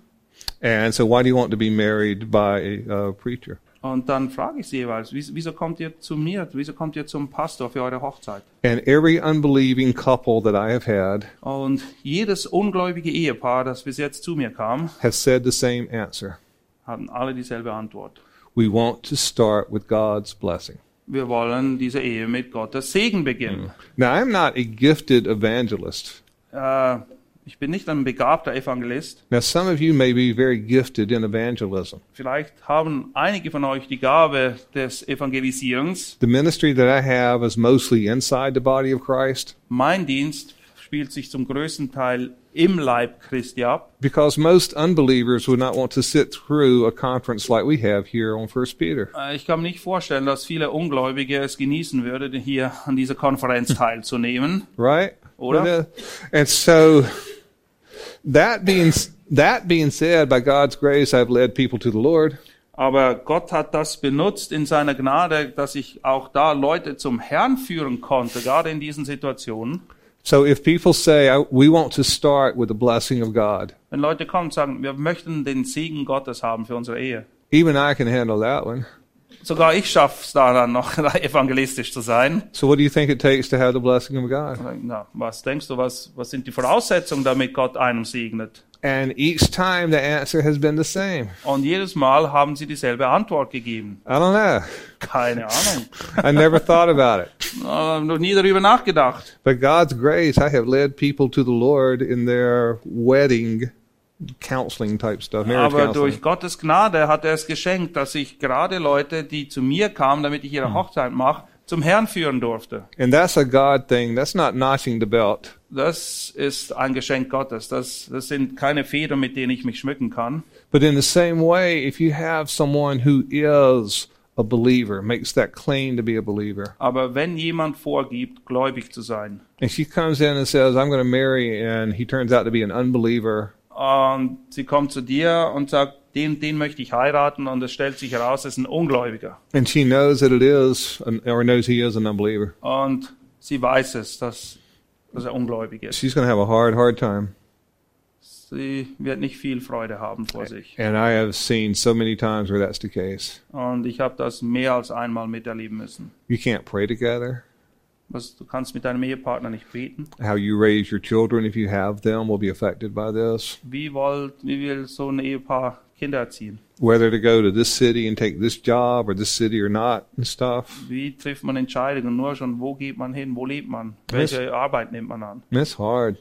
C: And so, why do you want to be married by a, uh preacher?
B: und dann frage ich sie jeweils, "Wies- wieso kommt ihr zu mir? Wieso kommt ihr zum Pastor für eure Hochzeit?
C: And every unbelieving couple that I have had
B: Und jedes ungläubige Ehepaar, das bis jetzt zu mir kam,
C: has said the same answer.
B: hatten alle dieselbe Antwort.
C: We want to start with God's blessing.
B: Wir wollen diese Ehe mit Gottes Segen beginnen.
C: Now, I'm not a gifted evangelist.
B: Äh, ich bin nicht ein begabter Evangelist.
C: Now, some of you may be very gifted in evangelism.
B: Vielleicht haben einige von euch die Gabe des Evangelisierens.
C: The ministry that I have is mostly inside the body of Christ
B: Mein Dienst spielt sich zum größten Teil im Leib Christi ab,
C: because most unbelievers would not want to sit through a conference like we have here on First Peter.
B: Äh, Ich kann mir nicht vorstellen, dass viele Ungläubige es genießen würden, hier an dieser Konferenz teilzunehmen.
C: right?
B: Oder?
C: And so that being that being said, by God's grace, I've led people to the Lord.
B: Aber Gott hat das benutzt in seiner Gnade, dass ich auch da Leute zum Herrn führen konnte, gerade in diesen Situationen.
C: So if people say I, we want to start with the blessing of God,
B: Wenn Leute kommen und sagen, wir möchten den Segen Gottes haben für unsere Ehe.
C: even I can handle that one.
B: Sogar ich schaff's daran noch, [LAUGHS] evangelistisch zu sein.
C: So what do you think it takes to have the blessing of God?
B: Na, was denkst du, was, was sind die Voraussetzungen, damit Gott einem segnet?
C: And each time the answer has been the same.
B: Und jedes Mal haben sie dieselbe Antwort gegeben.
C: I don't know.
B: Keine Ahnung.
C: I never [LAUGHS] thought about it.
B: Äh, noch nie darüber nachgedacht.
C: But God's grace, I have led people to the Lord in their wedding counseling type stuff, marriage
B: Aber
C: counseling.
B: durch Gottes Gnade hat er es geschenkt, dass ich gerade Leute, die zu mir kamen, damit ich ihre Hochzeit mache, zum Herrn führen durfte.
C: And that's a God thing. That's not notching the belt.
B: Das ist ein Geschenk Gottes. Das, das sind keine Federn, mit denen ich mich schmücken kann.
C: But in the same way, if you have someone who is a believer, makes that claim to be a believer,
B: Aber wenn jemand vorgibt, gläubig zu sein,
C: and she comes in and says, I'm going to marry, and he turns out to be an unbeliever,
B: Und sie kommt zu dir und sagt, den, den möchte ich heiraten. Und es stellt sich heraus, es ist ein Ungläubiger.
C: and she knows that it is, an, or knows he is an unbeliever,
B: Und sie weiß es, dass, dass er ungläubig ist.
C: she's going to have a hard, hard time.
B: Sie wird nicht viel Freude haben vor sich.
C: And I have seen so many times where that's the case.
B: Und ich habe das mehr als einmal miterleben müssen.
C: You can't pray together.
B: Was, du kannst mit deinem Ehepartner nicht beten.
C: How you raise your children, if you have them, will be affected by this.
B: Wie, wollt, wie will so ein Ehepaar Kinder erziehen?
C: Whether to go to this city and take this job or this city or not and stuff.
B: Wie trifft man Entscheidungen? Nur schon, wo geht man hin? Wo lebt man? Welche Arbeit nimmt man an?
C: That's hard.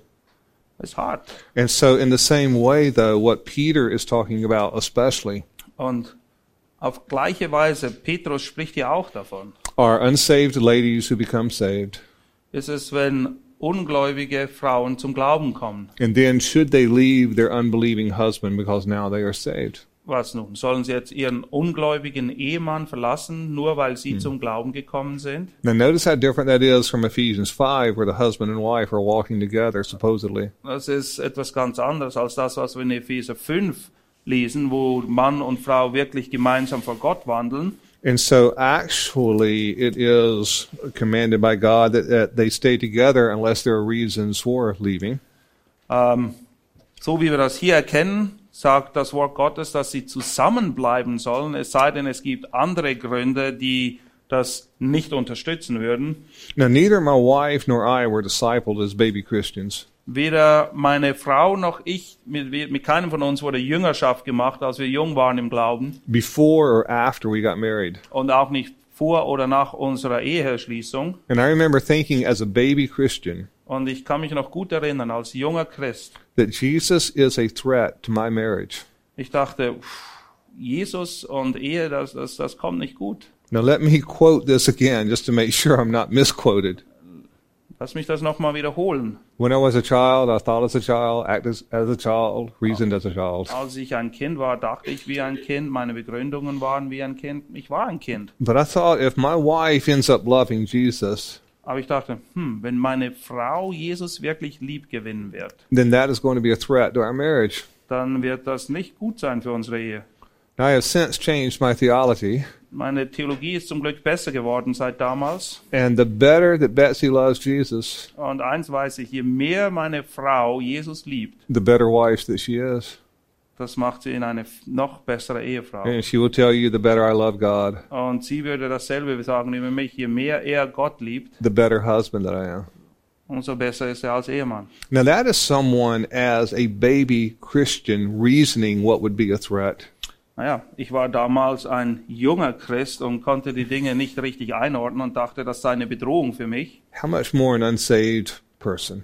B: Ist hart.
C: And so, in the same way, though, what Peter is talking about, especially,
B: Und auf gleiche Weise, Petrus spricht ja auch davon.
C: are unsaved ladies who become saved.
B: ist es, wenn ungläubige Frauen zum Glauben kommen.
C: And then, should they leave their unbelieving husband because now they are saved?
B: Was nun? Sollen sie jetzt ihren ungläubigen Ehemann verlassen, nur weil sie zum Glauben gekommen sind?
C: Now, notice how different that is from Ephesians 5, where the husband and wife are walking together, supposedly.
B: Das ist etwas ganz anderes als das, was wir in Epheser 5 lesen, wo Mann und Frau wirklich gemeinsam vor Gott wandeln.
C: And so, actually, it is commanded by God that, that they stay together unless there are reasons for leaving.
B: Ähm, so wie wir das hier erkennen, sagt das Wort Gottes, dass sie zusammenbleiben sollen, es sei denn, es gibt andere Gründe, die das nicht unterstützen würden.
C: Now, neither my wife nor I were discipled as baby Christians.
B: Weder meine Frau noch ich, mit, wir- mit keinem von uns wurde Jüngerschaft gemacht, als wir jung waren im Glauben.
C: before or after we got married.
B: Und auch nicht vor oder nach unserer Eheschließung.
C: And I remember thinking as a baby Christian
B: Und ich kann mich noch gut erinnern, als junger Christ,
C: that Jesus is a threat to my marriage.
B: ich dachte, pff, Jesus und Ehe, das, das, das kommt nicht gut.
C: Now, let me quote this again just to make [LAUGHS] sure I'm not misquoted.
B: Lass mich das nochmal wiederholen.
C: When I was a child, I thought as a child, acted as, as a child, reasoned as a child.
B: Als ich ein Kind war, dachte ich wie ein Kind, meine Begründungen waren wie ein Kind. Ich war ein Kind.
C: But I thought if my wife ends up loving Jesus,
B: Aber ich dachte, hm, wenn meine Frau Jesus wirklich lieb gewinnen wird,
C: then that is going to be a threat to our marriage.
B: dann wird das nicht gut sein für unsere Ehe.
C: Now, I have since changed my theology,
B: Meine Theologie ist zum Glück besser geworden seit damals.
C: and the better that Betsy loves Jesus,
B: Und eins weiß ich, je mehr meine Frau Jesus liebt,
C: the better wife that she is.
B: das macht sie in eine noch bessere Ehefrau.
C: And she will tell you, the better I love God,
B: Und sie würde dasselbe sagen über mich. Je mehr er Gott liebt,
C: the better husband that I am.
B: umso besser ist er als Ehemann.
C: Now, that is someone as a baby Christian reasoning what would be a threat.
B: Naja, ich war damals ein junger Christ und konnte die Dinge nicht richtig einordnen und dachte, das sei eine Bedrohung für mich.
C: How much more an unsaved person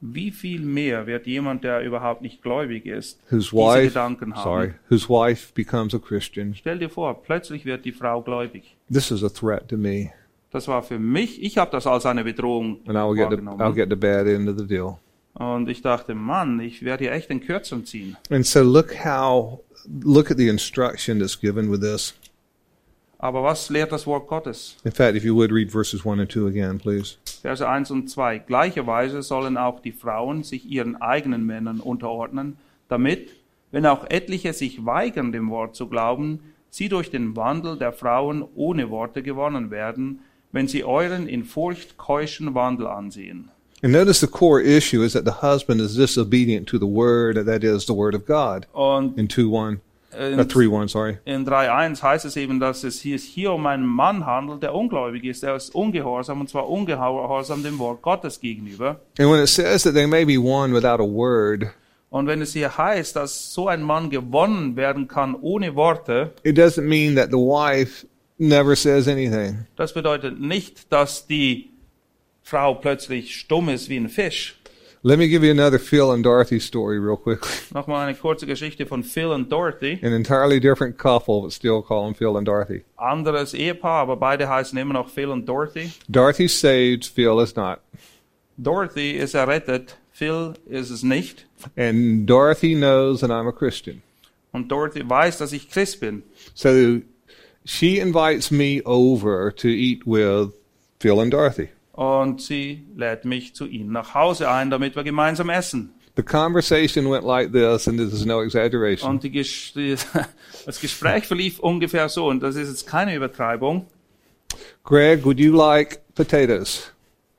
B: Wie viel mehr wird jemand, der überhaupt nicht gläubig ist,
C: whose
B: diese
C: wife,
B: Gedanken haben?
C: sorry, whose wife becomes a Christian?
B: Stell dir vor, plötzlich wird die Frau gläubig.
C: This is a threat to me,
B: Das war für mich, ich habe das als eine Bedrohung
C: and I will get the, I'll
B: wahrgenommen.
C: get the bad end of the deal.
B: Und ich dachte, Mann, ich werde hier echt den Kürzeren ziehen.
C: And so, look how look at the instruction that's given with this.
B: Aber was lehrt das Wort Gottes?
C: In fact, if you would read verses one and two again, please.
B: Verse 1 und 2. Gleicherweise sollen auch die Frauen sich ihren eigenen Männern unterordnen, damit, wenn auch etliche sich weigern, dem Wort zu glauben, sie durch den Wandel der Frauen ohne Worte gewonnen werden, wenn sie euren in Furcht keuschen Wandel ansehen.
C: And notice the core issue is that the husband is disobedient to the word, that is the word of God.
B: Und
C: In two one, uh,
B: in,
C: three one, sorry.
B: in 3.1 heißt es eben, dass es hier, hier um einen Mann handelt, der ungläubig ist. Er ist ungehorsam, und zwar ungehorsam dem Wort Gottes gegenüber.
C: And when it says that they may be won without a word,
B: Und wenn es hier heißt, dass so ein Mann gewonnen werden kann ohne Worte,
C: it doesn't mean that the wife never says anything.
B: das bedeutet nicht, dass die Frau plötzlich stumm ist wie ein Fisch.
C: Let me give you another Phil and Dorothy story real quickly. [LAUGHS]
B: Nochmal eine kurze Geschichte von Phil und Dorothy.
C: An entirely different couple, but still call them Phil and Dorothy.
B: Anderes Ehepaar, aber beide heißen immer noch Phil und Dorothy.
C: Dorothy's saved, Phil is not.
B: Dorothy ist errettet, Phil ist es nicht.
C: And Dorothy knows that I'm a Christian.
B: Und Dorothy weiß, dass ich Christ bin.
C: So she invites me over to eat with Phil and Dorothy.
B: Und sie lädt mich zu ihnen nach Hause ein, damit wir gemeinsam essen.
C: The conversation went like this, and this is no exaggeration.
B: Und die Ges die, [LAUGHS] das Gespräch verlief ungefähr so, und das ist jetzt keine Übertreibung.
C: Greg, would you like potatoes?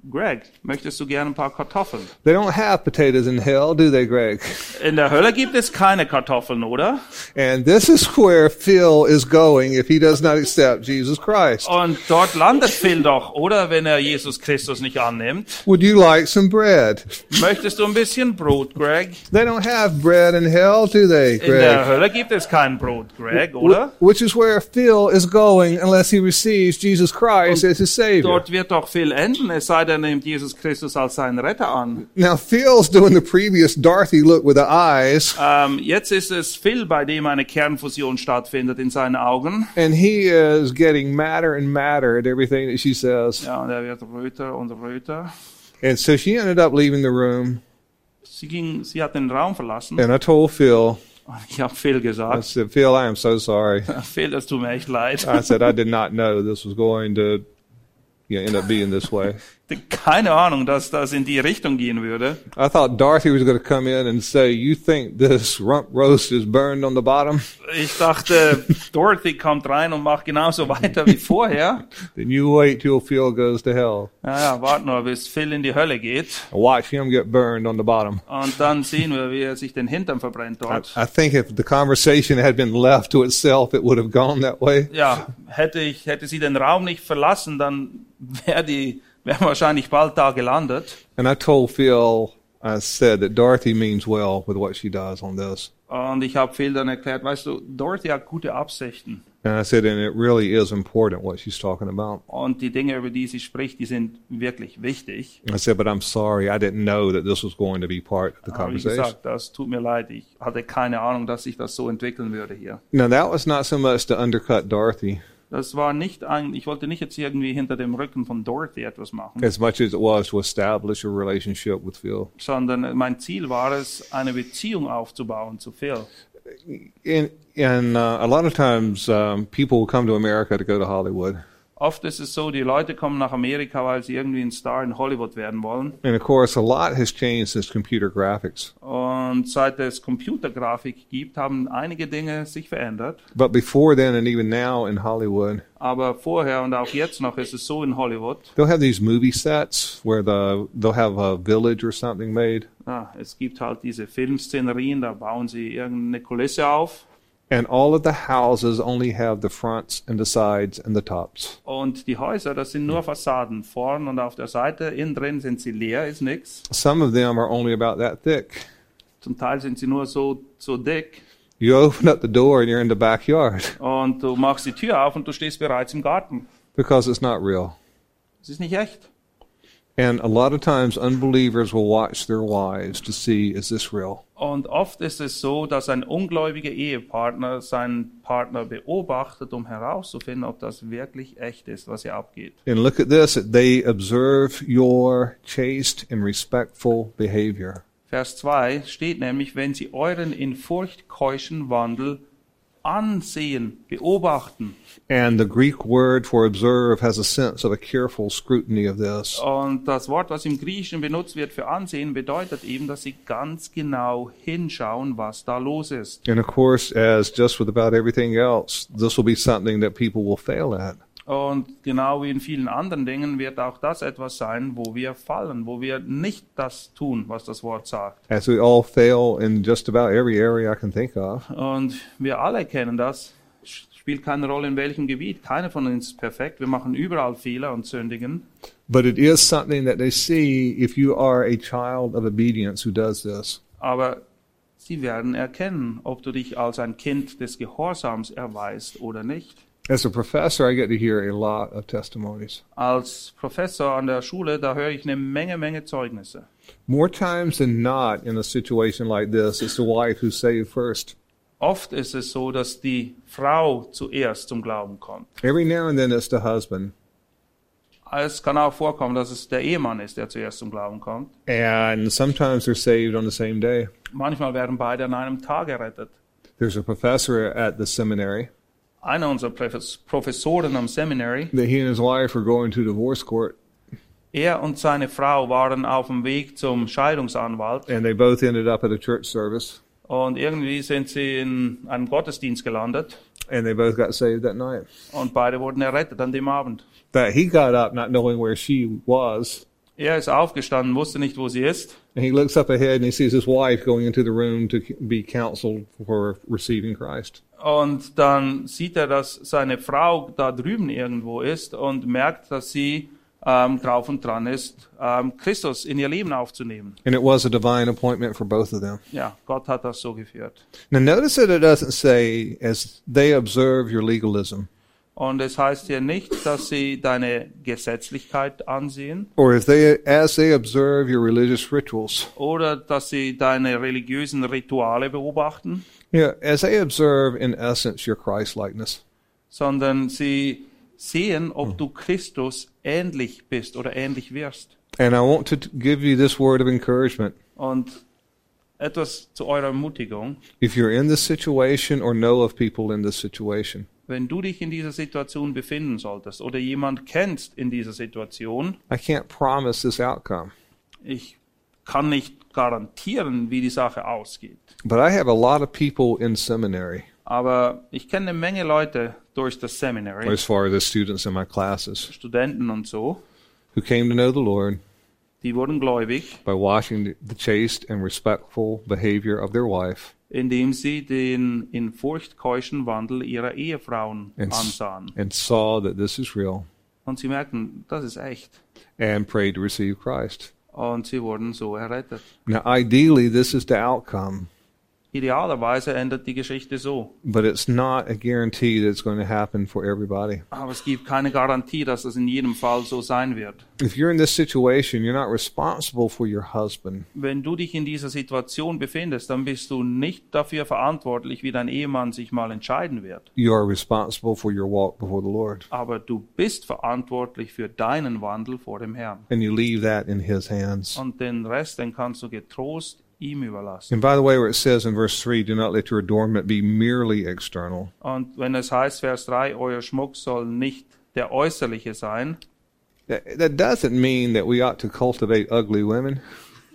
B: Greg, möchtest du gerne ein paar Kartoffeln?
C: They don't have potatoes in hell, do they, Greg?
B: In der Hölle gibt es keine Kartoffeln, oder?
C: And this is where Phil is going if he does not accept Jesus Christ.
B: Und dort landet Phil doch, oder? Wenn er Jesus Christus nicht annimmt.
C: Would you like some bread?
B: Möchtest du ein bisschen Brot, Greg?
C: They don't have bread in hell, do they,
B: In uh, der
C: Greg?
B: Hölle gibt es kein Brot, Greg, oder?
C: Wh- Which is where Phil is going unless he receives Jesus Christ as his Savior.
B: Dort wird doch Phil enden, es sei denn, er nimmt Jesus Christus als seinen Retter an.
C: Now, Phil's doing the previous Dorothy look with the eyes,
B: Ähm, jetzt ist es Phil, bei dem eine Kernfusion stattfindet in seinen Augen.
C: and he is getting madder and madder at everything that she says.
B: Ja, und er wird röter und röter.
C: And so she ended up leaving the room,
B: Sie ging, sie hat den Raum verlassen.
C: and I told Phil,
B: Und ich habe Phil
C: I
B: gesagt,
C: said, Phil, I am so sorry.
B: Phil, das tut mir echt leid.
C: I said, I did not know this was going to you know, end up being this way.
B: Keine Ahnung, dass das in die Richtung gehen würde.
C: I thought Dorothy was going to come in and say, You think this rump roast is burned on the bottom?
B: Ich dachte, Dorothy kommt rein und macht genauso weiter wie vorher.
C: Then you wait till Phil goes to hell.
B: Naja, warte nur, bis Phil in die Hölle geht.
C: and Watch him get burned on the bottom.
B: Und dann sehen wir, wie er sich den Hintern verbrennt
C: I,
B: dort.
C: I think if the conversation had been left to itself, it would have gone that way.
B: Ja, hätte ich, hätte sie den Raum nicht verlassen, dann wäre die, wäre wahrscheinlich bald da gelandet.
C: And I told Phil, I said that Dorothy means well with what she does on this.
B: Und ich habe Phil dann erklärt, weißt du, Dorothy hat gute Absichten.
C: And I said, and it really is important what she's talking about.
B: Und die Dinge, über die sie spricht, die sind wirklich wichtig.
C: I said, but I'm sorry, I didn't know that this was going to be part of the
B: Aber wie
C: conversation.
B: gesagt, das tut mir leid. Ich hatte keine Ahnung, dass sich das so entwickeln würde hier.
C: Now, that was not so much to undercut Dorothy
B: Das war nicht ein, ich wollte nicht jetzt irgendwie hinter dem Rücken von Dorothy etwas machen,
C: as much as it was to establish a relationship with Phil.
B: sondern mein Ziel war es, eine Beziehung aufzubauen zu Phil.
C: And, and uh, a lot of times um, people will come to America to go to Hollywood.
B: Oft ist es so, die Leute kommen nach Amerika, weil sie irgendwie ein Star in Hollywood werden wollen.
C: And of course, a lot has changed since computer graphics.
B: Und seit es Computergrafik gibt, haben einige Dinge sich verändert.
C: But before then, and even now in Hollywood,
B: Aber vorher und auch jetzt noch ist es so in Hollywood,
C: they'll have these movie sets where the they'll have a village or something made,
B: ah, es gibt halt diese Filmszenerien, da bauen sie irgendeine Kulisse auf
C: and all of the houses only have the fronts and the sides and the tops.
B: und die Häuser, das sind nur Fassaden, vorn und auf der Seite, innen drin sind sie leer, ist nichts.
C: Some of them are only about that thick.
B: Zum Teil sind sie nur so, so dick
C: You open up the door and you're in the backyard [LAUGHS]
B: und du machst die Tür auf und du stehst bereits im Garten.
C: because it's not real.
B: Das ist nicht echt.
C: And a lot of times, unbelievers will watch their wives to see is this real.
B: Und oft ist es so, dass ein ungläubiger Ehepartner seinen Partner beobachtet, um herauszufinden, ob das wirklich echt ist, was hier abgeht.
C: And look at this: that they observe your chaste and respectful behavior.
B: Vers 2 steht nämlich, wenn sie euren in Furcht keuschen Wandel ansehen, beobachten.
C: And the Greek word for observe has a sense of a careful scrutiny of this.
B: Und das Wort, was im Griechischen benutzt wird für ansehen, bedeutet eben, dass sie ganz genau hinschauen, was da los ist.
C: And of course, as just with about everything else, this will be something that people will fail at.
B: Und genau wie in vielen anderen Dingen wird auch das etwas sein, wo wir fallen, wo wir nicht das tun, was das Wort sagt.
C: As we all fail in just about every area I can think of.
B: Und wir alle kennen das. Sch- Spielt keine Rolle in welchem Gebiet. Keiner von uns ist perfekt. Wir machen überall Fehler und sündigen.
C: But it is something that they see if you are a child of obedience who does this.
B: Aber sie werden erkennen, ob du dich als ein Kind des Gehorsams erweist oder nicht.
C: As a professor, I get to hear a lot of testimonies.
B: Als Professor an der Schule, da höre ich eine Menge, Menge Zeugnisse.
C: More times than not in a situation like this, it's the wife who's saved first.
B: Oft ist es so, dass die Frau zuerst zum Glauben kommt.
C: Every now and then it's the husband.
B: Es kann auch vorkommen, dass es der Ehemann ist, der zuerst zum Glauben kommt.
C: And sometimes they're saved on the same day.
B: Manchmal werden beide an einem Tag errettet.
C: There's a professor at the seminary
B: Einer unserer Profes- Professoren am Seminary,
C: that he and his wife were going to divorce court,
B: er und seine Frau waren auf dem Weg zum Scheidungsanwalt
C: and they both ended up at a church service,
B: und irgendwie sind sie in einem Gottesdienst gelandet
C: and they both got saved that night.
B: und beide wurden errettet an dem Abend.
C: That he got up not knowing where she was,
B: Er ist aufgestanden, wusste nicht, wo sie ist
C: and he looks up ahead and he sees his wife going into the room to be counseled for receiving Christ.
B: und dann sieht er, dass seine Frau da drüben irgendwo ist und merkt, dass sie ähm, drauf und dran ist, ähm, Christus in ihr Leben aufzunehmen.
C: And it was a divine appointment for both of them.
B: Ja, Gott hat das so geführt.
C: Now, notice that it doesn't say, as they observe your legalism,
B: Und es heißt hier nicht, dass sie deine Gesetzlichkeit ansehen
C: or if they, as they observe your religious rituals.
B: oder dass sie deine religiösen Rituale beobachten,
C: Yeah, as they observe, in essence, your Christ likeness.
B: sondern sie sehen, ob du Christus ähnlich bist oder ähnlich wirst.
C: And I want to t- give you this word of encouragement.
B: Und etwas zu eurer Ermutigung.
C: If you're in this situation or know of people in this situation,
B: Wenn du dich in dieser Situation befinden solltest oder jemand kennst in dieser Situation,
C: I can't promise this outcome,
B: ich kann nicht garantieren, wie die Sache ausgeht.
C: but I have a lot of people in seminary
B: Aber ich kenne eine Menge Leute durch das Seminary,
C: as far as the students in my classes
B: Studenten und so,
C: who came to know the Lord
B: die wurden gläubig,
C: by watching the- the chaste and respectful behavior of their wife
B: indem sie den in Furcht keuschen Wandel ihrer Ehefrauen
C: and, s-
B: ansahen.
C: and saw that this is real
B: Und sie merkten, das ist echt.
C: and prayed to receive Christ.
B: und sie wurden so errettet.
C: Now, ideally, this is the outcome,
B: Idealerweise endet die Geschichte so.
C: but it's not a guarantee that it's going to happen for everybody.
B: Aber es gibt keine Garantie, dass das in jedem Fall so sein wird.
C: If you're in this situation, you're not responsible for your husband.
B: Wenn du dich in dieser Situation befindest, dann bist du nicht dafür verantwortlich, wie dein Ehemann sich mal entscheiden wird.
C: You are responsible for your walk before the Lord,
B: Aber du bist verantwortlich für deinen Wandel vor dem Herrn.
C: and you leave that in His hands.
B: Und den Rest, den kannst du getrost ihm überlassen.
C: And by the way, where it says in verse 3, do not let your adornment be merely external.
B: Und wenn es heißt, Vers 3, euer Schmuck soll nicht der äußerliche sein,
C: That, that doesn't mean that we ought to cultivate ugly women.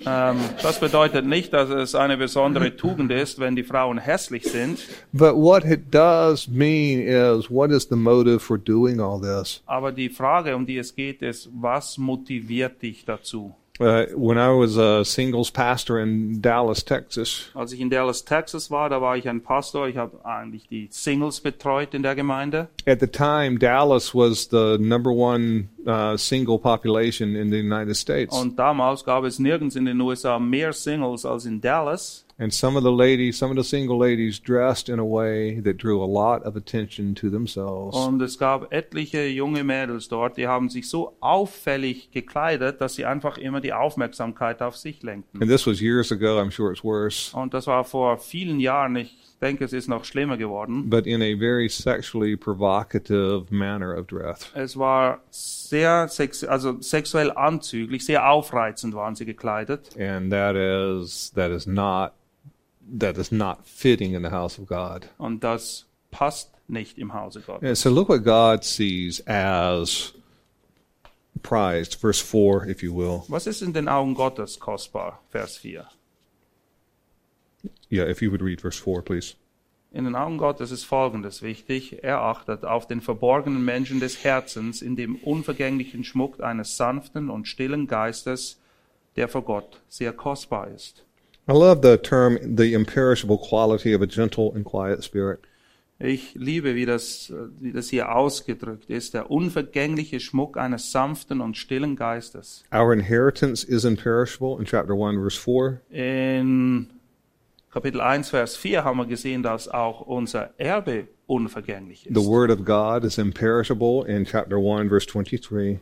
B: ähm, das bedeutet nicht, dass es eine besondere Tugend ist, wenn die Frauen hässlich sind.
C: But what it does mean is what is the motive for doing all this?
B: Aber die Frage, um die es geht, ist, was motiviert dich dazu?
C: Uh, when I was a singles pastor in Dallas, Texas,
B: Als ich in Dallas, Texas war, da war ich ein Pastor. Ich habe eigentlich die Singles betreut in der Gemeinde.
C: at the time, Dallas was the number one uh, single population in the United States.
B: Und damals gab es nirgends in den USA mehr Singles als in Dallas.
C: And some of the ladies, some of the single ladies dressed in a way that drew a lot of attention to themselves.
B: Und es gab etliche junge Mädels dort, die haben sich so auffällig gekleidet, dass sie einfach immer die Aufmerksamkeit auf sich lenkten.
C: And this was years ago, I'm sure it's worse,
B: Und das war vor vielen Jahren. Ich denke, es ist noch schlimmer geworden.
C: but in a very sexually provocative manner of dress.
B: Es war sehr sex also sexuell anzüglich, sehr aufreizend waren sie gekleidet.
C: And that is that is not that is not fitting in the house of God.
B: Und das passt nicht im Hause Gottes.
C: And so look what God sees as prized, verse four, if you will.
B: Was ist in den Augen Gottes kostbar? Vers 4.
C: Yeah, if you would read verse four, please.
B: In den Augen Gottes ist Folgendes wichtig. Er achtet auf den verborgenen Menschen des Herzens in dem unvergänglichen Schmuck eines sanften und stillen Geistes, der vor Gott sehr kostbar ist.
C: I love the term the imperishable quality of a gentle and quiet spirit.
B: Ich liebe, wie das, äh, wie das hier ausgedrückt ist, der unvergängliche Schmuck eines sanften und stillen Geistes.
C: Our inheritance is imperishable in chapter 1, verse 4.
B: In Kapitel 1, Vers 4 haben wir gesehen, dass auch unser Erbe unvergänglich
C: The
B: ist.
C: word of God is imperishable in chapter 1, verse 23.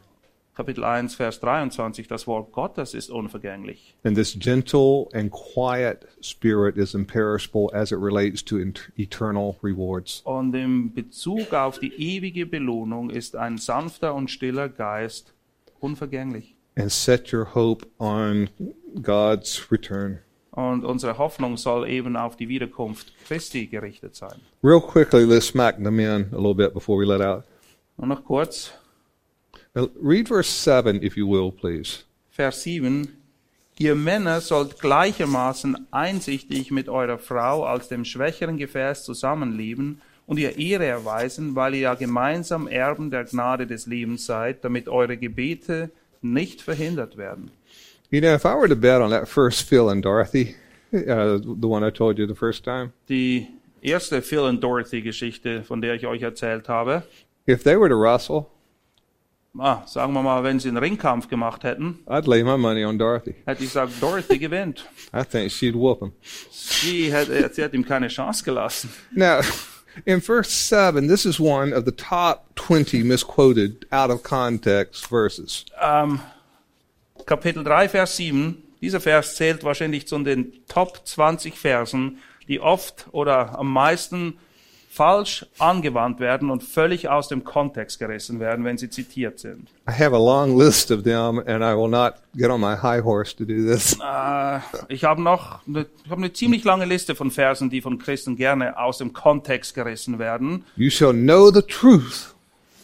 B: Kapitel 1, Vers 23, das Wort Gottes ist unvergänglich.
C: And this gentle and quiet spirit is imperishable as it relates to in- eternal rewards.
B: Und in Bezug auf die ewige Belohnung ist ein sanfter und stiller Geist unvergänglich.
C: And set your hope on God's return.
B: Und unsere Hoffnung soll eben auf die Wiederkunft Christi gerichtet sein.
C: Real quickly, let's smack the men a little bit before we let out.
B: Und noch kurz,
C: Now, read verse 7, if you will, please.
B: Vers 7. Ihr Männer sollt gleichermaßen einsichtig mit eurer Frau als dem schwächeren Gefäß zusammenleben und ihr Ehre erweisen, weil ihr ja gemeinsam Erben der Gnade des Lebens seid, damit eure Gebete nicht verhindert werden.
C: You know, if I were to bet on that first Phil and Dorothy, [LAUGHS] uh, the one I told you the first time,
B: Die erste Phil und Dorothy Geschichte, von der ich euch erzählt habe.
C: if they were to wrestle,
B: Ah, sagen wir mal, wenn sie einen Ringkampf gemacht hätten,
C: I'd lay my money on Dorothy.
B: hätte ich gesagt, Dorothy [LAUGHS] gewinnt.
C: I think she'd whoop him.
B: Sie hätte, sie hat ihm keine Chance gelassen.
C: Now, in verse 7, this is one of the top 20 misquoted out of context verses.
B: Ähm, Kapitel 3, Vers 7. Dieser Vers zählt wahrscheinlich zu den Top 20 Versen, die oft oder am meisten falsch angewandt werden und völlig aus dem Kontext gerissen werden, wenn sie zitiert sind.
C: I have a long list of them, and I will not get on my high horse to do this.
B: Äh, ich habe noch eine, ich hab eine ziemlich lange Liste von Versen, die von Christen gerne aus dem Kontext gerissen werden.
C: You shall know the truth,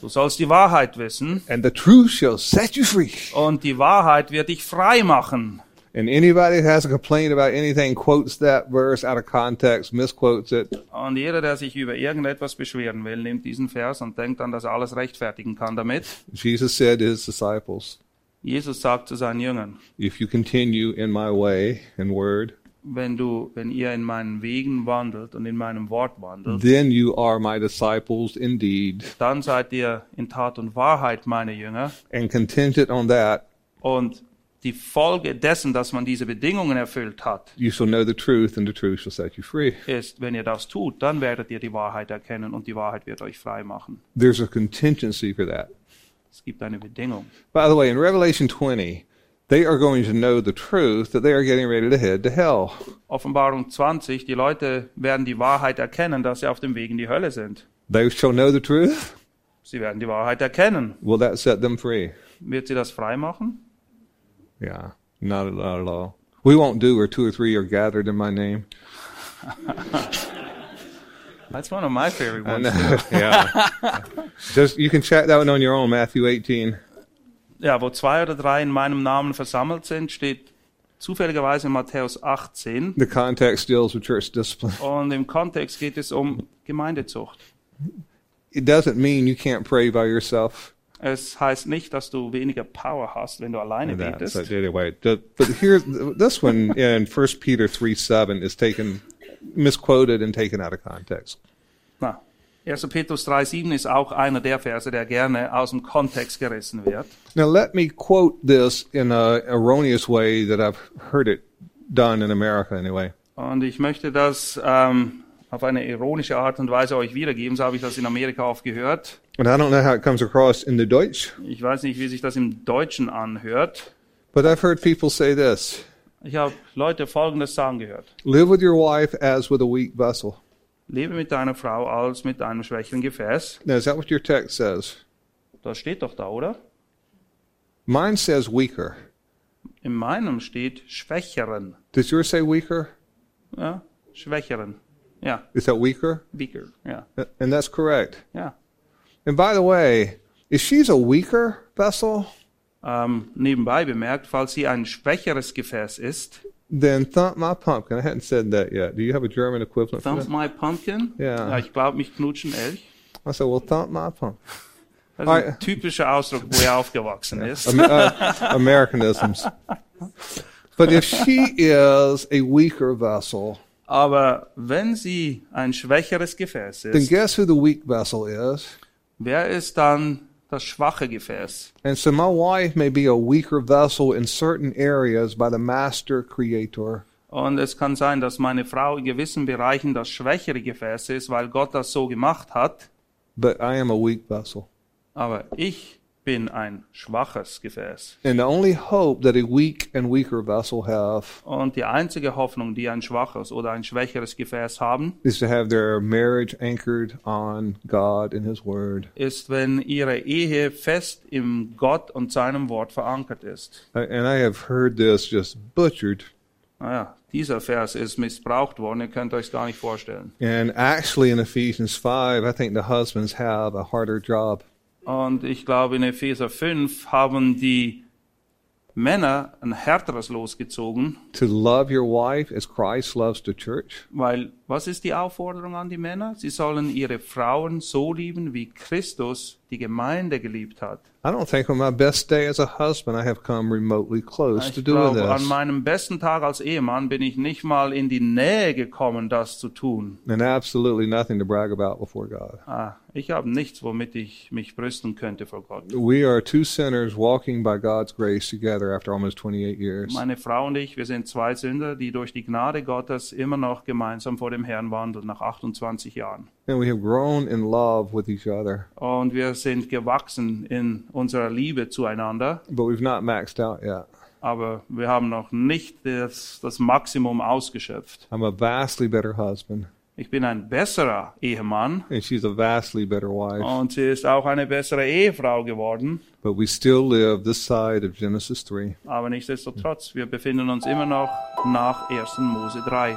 B: Du sollst die Wahrheit wissen
C: and the truth shall set you free.
B: und die Wahrheit wird dich frei machen.
C: And anybody that has a complaint about anything quotes that verse out of context, misquotes it.
B: Und jeder, der sich über irgendetwas beschweren will, nimmt diesen Vers und denkt dann, dass er alles rechtfertigen kann damit.
C: Jesus said to his disciples,
B: Jesus sagt zu seinen Jüngern,
C: If you continue in my way and word,
B: wenn du, wenn ihr in meinen Wegen wandelt und in meinem Wort wandelt,
C: then you are my disciples indeed.
B: dann seid ihr in Tat und Wahrheit meine Jünger.
C: And contingent on that,
B: Und die Folge dessen, dass man diese Bedingungen erfüllt hat,
C: You shall know the truth, and the truth shall set you free.
B: ist, wenn ihr das tut, dann werdet ihr die Wahrheit erkennen und die Wahrheit wird euch frei machen.
C: There's a contingency for that.
B: Es gibt eine Bedingung.
C: By the way, in Revelation 20, they are going to know the truth that they are getting ready to head to hell.
B: Offenbarung 20, die Leute werden die Wahrheit erkennen, dass sie auf dem Weg in die Hölle sind.
C: They shall know the truth.
B: Sie werden die Wahrheit erkennen.
C: Will that set them free?
B: Wird sie das frei machen?
C: Yeah, not, not at all. We won't do where two or three are gathered in my name.
B: That's one of my favorite
C: I
B: ones.
C: know. yeah. Just you can check that one on your own, Matthew 18.
B: Ja, wo zwei oder drei in meinem Namen versammelt sind, steht zufälligerweise in Matthäus 18.
C: The context deals with church discipline.
B: Und im Kontext geht es um Gemeindezucht.
C: It doesn't mean you can't pray by yourself.
B: Es heißt nicht, dass du weniger Power hast, wenn du alleine
C: That. So
B: betest.
C: anyway, the, but here, this one in First Peter 3 7 is taken, misquoted and taken out of context.
B: Na, 1. Petrus 3,7 ist auch einer der Verse, der gerne aus dem Kontext gerissen wird.
C: Now, let me quote this in a erroneous way that I've heard it done in America anyway.
B: Und ich möchte das ähm, auf eine ironische Art und Weise euch wiedergeben. So habe ich das in Amerika oft gehört.
C: And I don't know how it comes across in the Deutsch,
B: Ich weiß nicht, wie sich das im Deutschen anhört.
C: but I've heard people say this
B: Ich habe Leute Folgendes sagen gehört.
C: live with your wife as with a weak vessel.
B: Lebe mit deiner Frau als mit einem schwächeren Gefäß.
C: Now, is that what your text says?
B: Das steht doch da, oder?
C: Mine says weaker.
B: In meinem steht schwächeren.
C: Does yours say weaker?
B: Ja, schwächeren. Ja,
C: Is that weaker?
B: weaker. Ja,
C: Uh, And that's correct.
B: ja.
C: And by the way, if she's a weaker vessel,
B: Ähm, nebenbei bemerkt, falls sie ein schwächeres Gefäß ist,
C: then thump my pumpkin. I hadn't said that yet. Do you have a German equivalent for
B: thump
C: that?
B: my pumpkin.
C: Ja.
B: ich glaube, mich knutschen Elch.
C: I said, well, thump my pumpkin.
B: Das ist ein
C: Ah,
B: typischer Ausdruck, wo er aufgewachsen ist.
C: Am- uh, [LAUGHS] Americanisms. But if she is a weaker vessel,
B: Aber wenn sie ein schwächeres Gefäß
C: then
B: ist,
C: guess who the weak vessel is?
B: wer ist dann das schwache Gefäß?
C: And so my wife may be a weaker vessel in certain areas by the master creator.
B: Und es kann sein, dass meine Frau in gewissen Bereichen das schwächere Gefäß ist, weil Gott das so gemacht hat.
C: but I am a weak vessel.
B: Aber ich bin ein schwaches Gefäß.
C: And the only hope that a weak and weaker vessel have
B: Und die einzige Hoffnung, die ein schwaches oder ein schwächeres Gefäß haben,
C: is to have their marriage anchored on God and His Word.
B: ist, wenn ihre Ehe fest im Gott und seinem Wort verankert ist.
C: I- And I have heard this just butchered.
B: Naja, dieser Vers ist missbraucht worden, ihr könnt euch gar nicht vorstellen.
C: And actually, in Ephesians 5, I think the husbands have a harder job.
B: Und ich glaube, in Epheser 5 haben die Männer ein härteres Los gezogen,
C: To love your wife as Christ loves the church.
B: weil was ist die Aufforderung an die Männer? Sie sollen ihre Frauen so lieben, wie Christus die Gemeinde geliebt hat.
C: I don't think on my best day as a husband I have come remotely close to
B: Ich
C: doing
B: glaube, an
C: this.
B: meinem besten Tag als Ehemann bin ich nicht mal in die Nähe gekommen, das zu tun.
C: And absolutely nothing to brag about before God.
B: Ah, ich habe nichts, womit ich mich brüsten könnte vor Gott.
C: We are two sinners walking by God's grace together after almost 28 years.
B: Meine Frau und ich, wir sind zwei Sünder, die durch die Gnade Gottes immer noch gemeinsam vor dem Herrn wandeln, nach 28 Jahren.
C: And we have grown in love with each other,
B: Und wir sind gewachsen in unserer Liebe zueinander,
C: but we've not maxed out yet.
B: aber wir haben noch nicht das, das Maximum ausgeschöpft.
C: I'm a vastly better husband,
B: Ich bin ein besserer Ehemann
C: and she's a vastly better wife,
B: und sie ist auch eine bessere Ehefrau geworden,
C: but we still live this side of Genesis 3.
B: aber nichtsdestotrotz, wir befinden uns immer noch nach 1. Mose 3.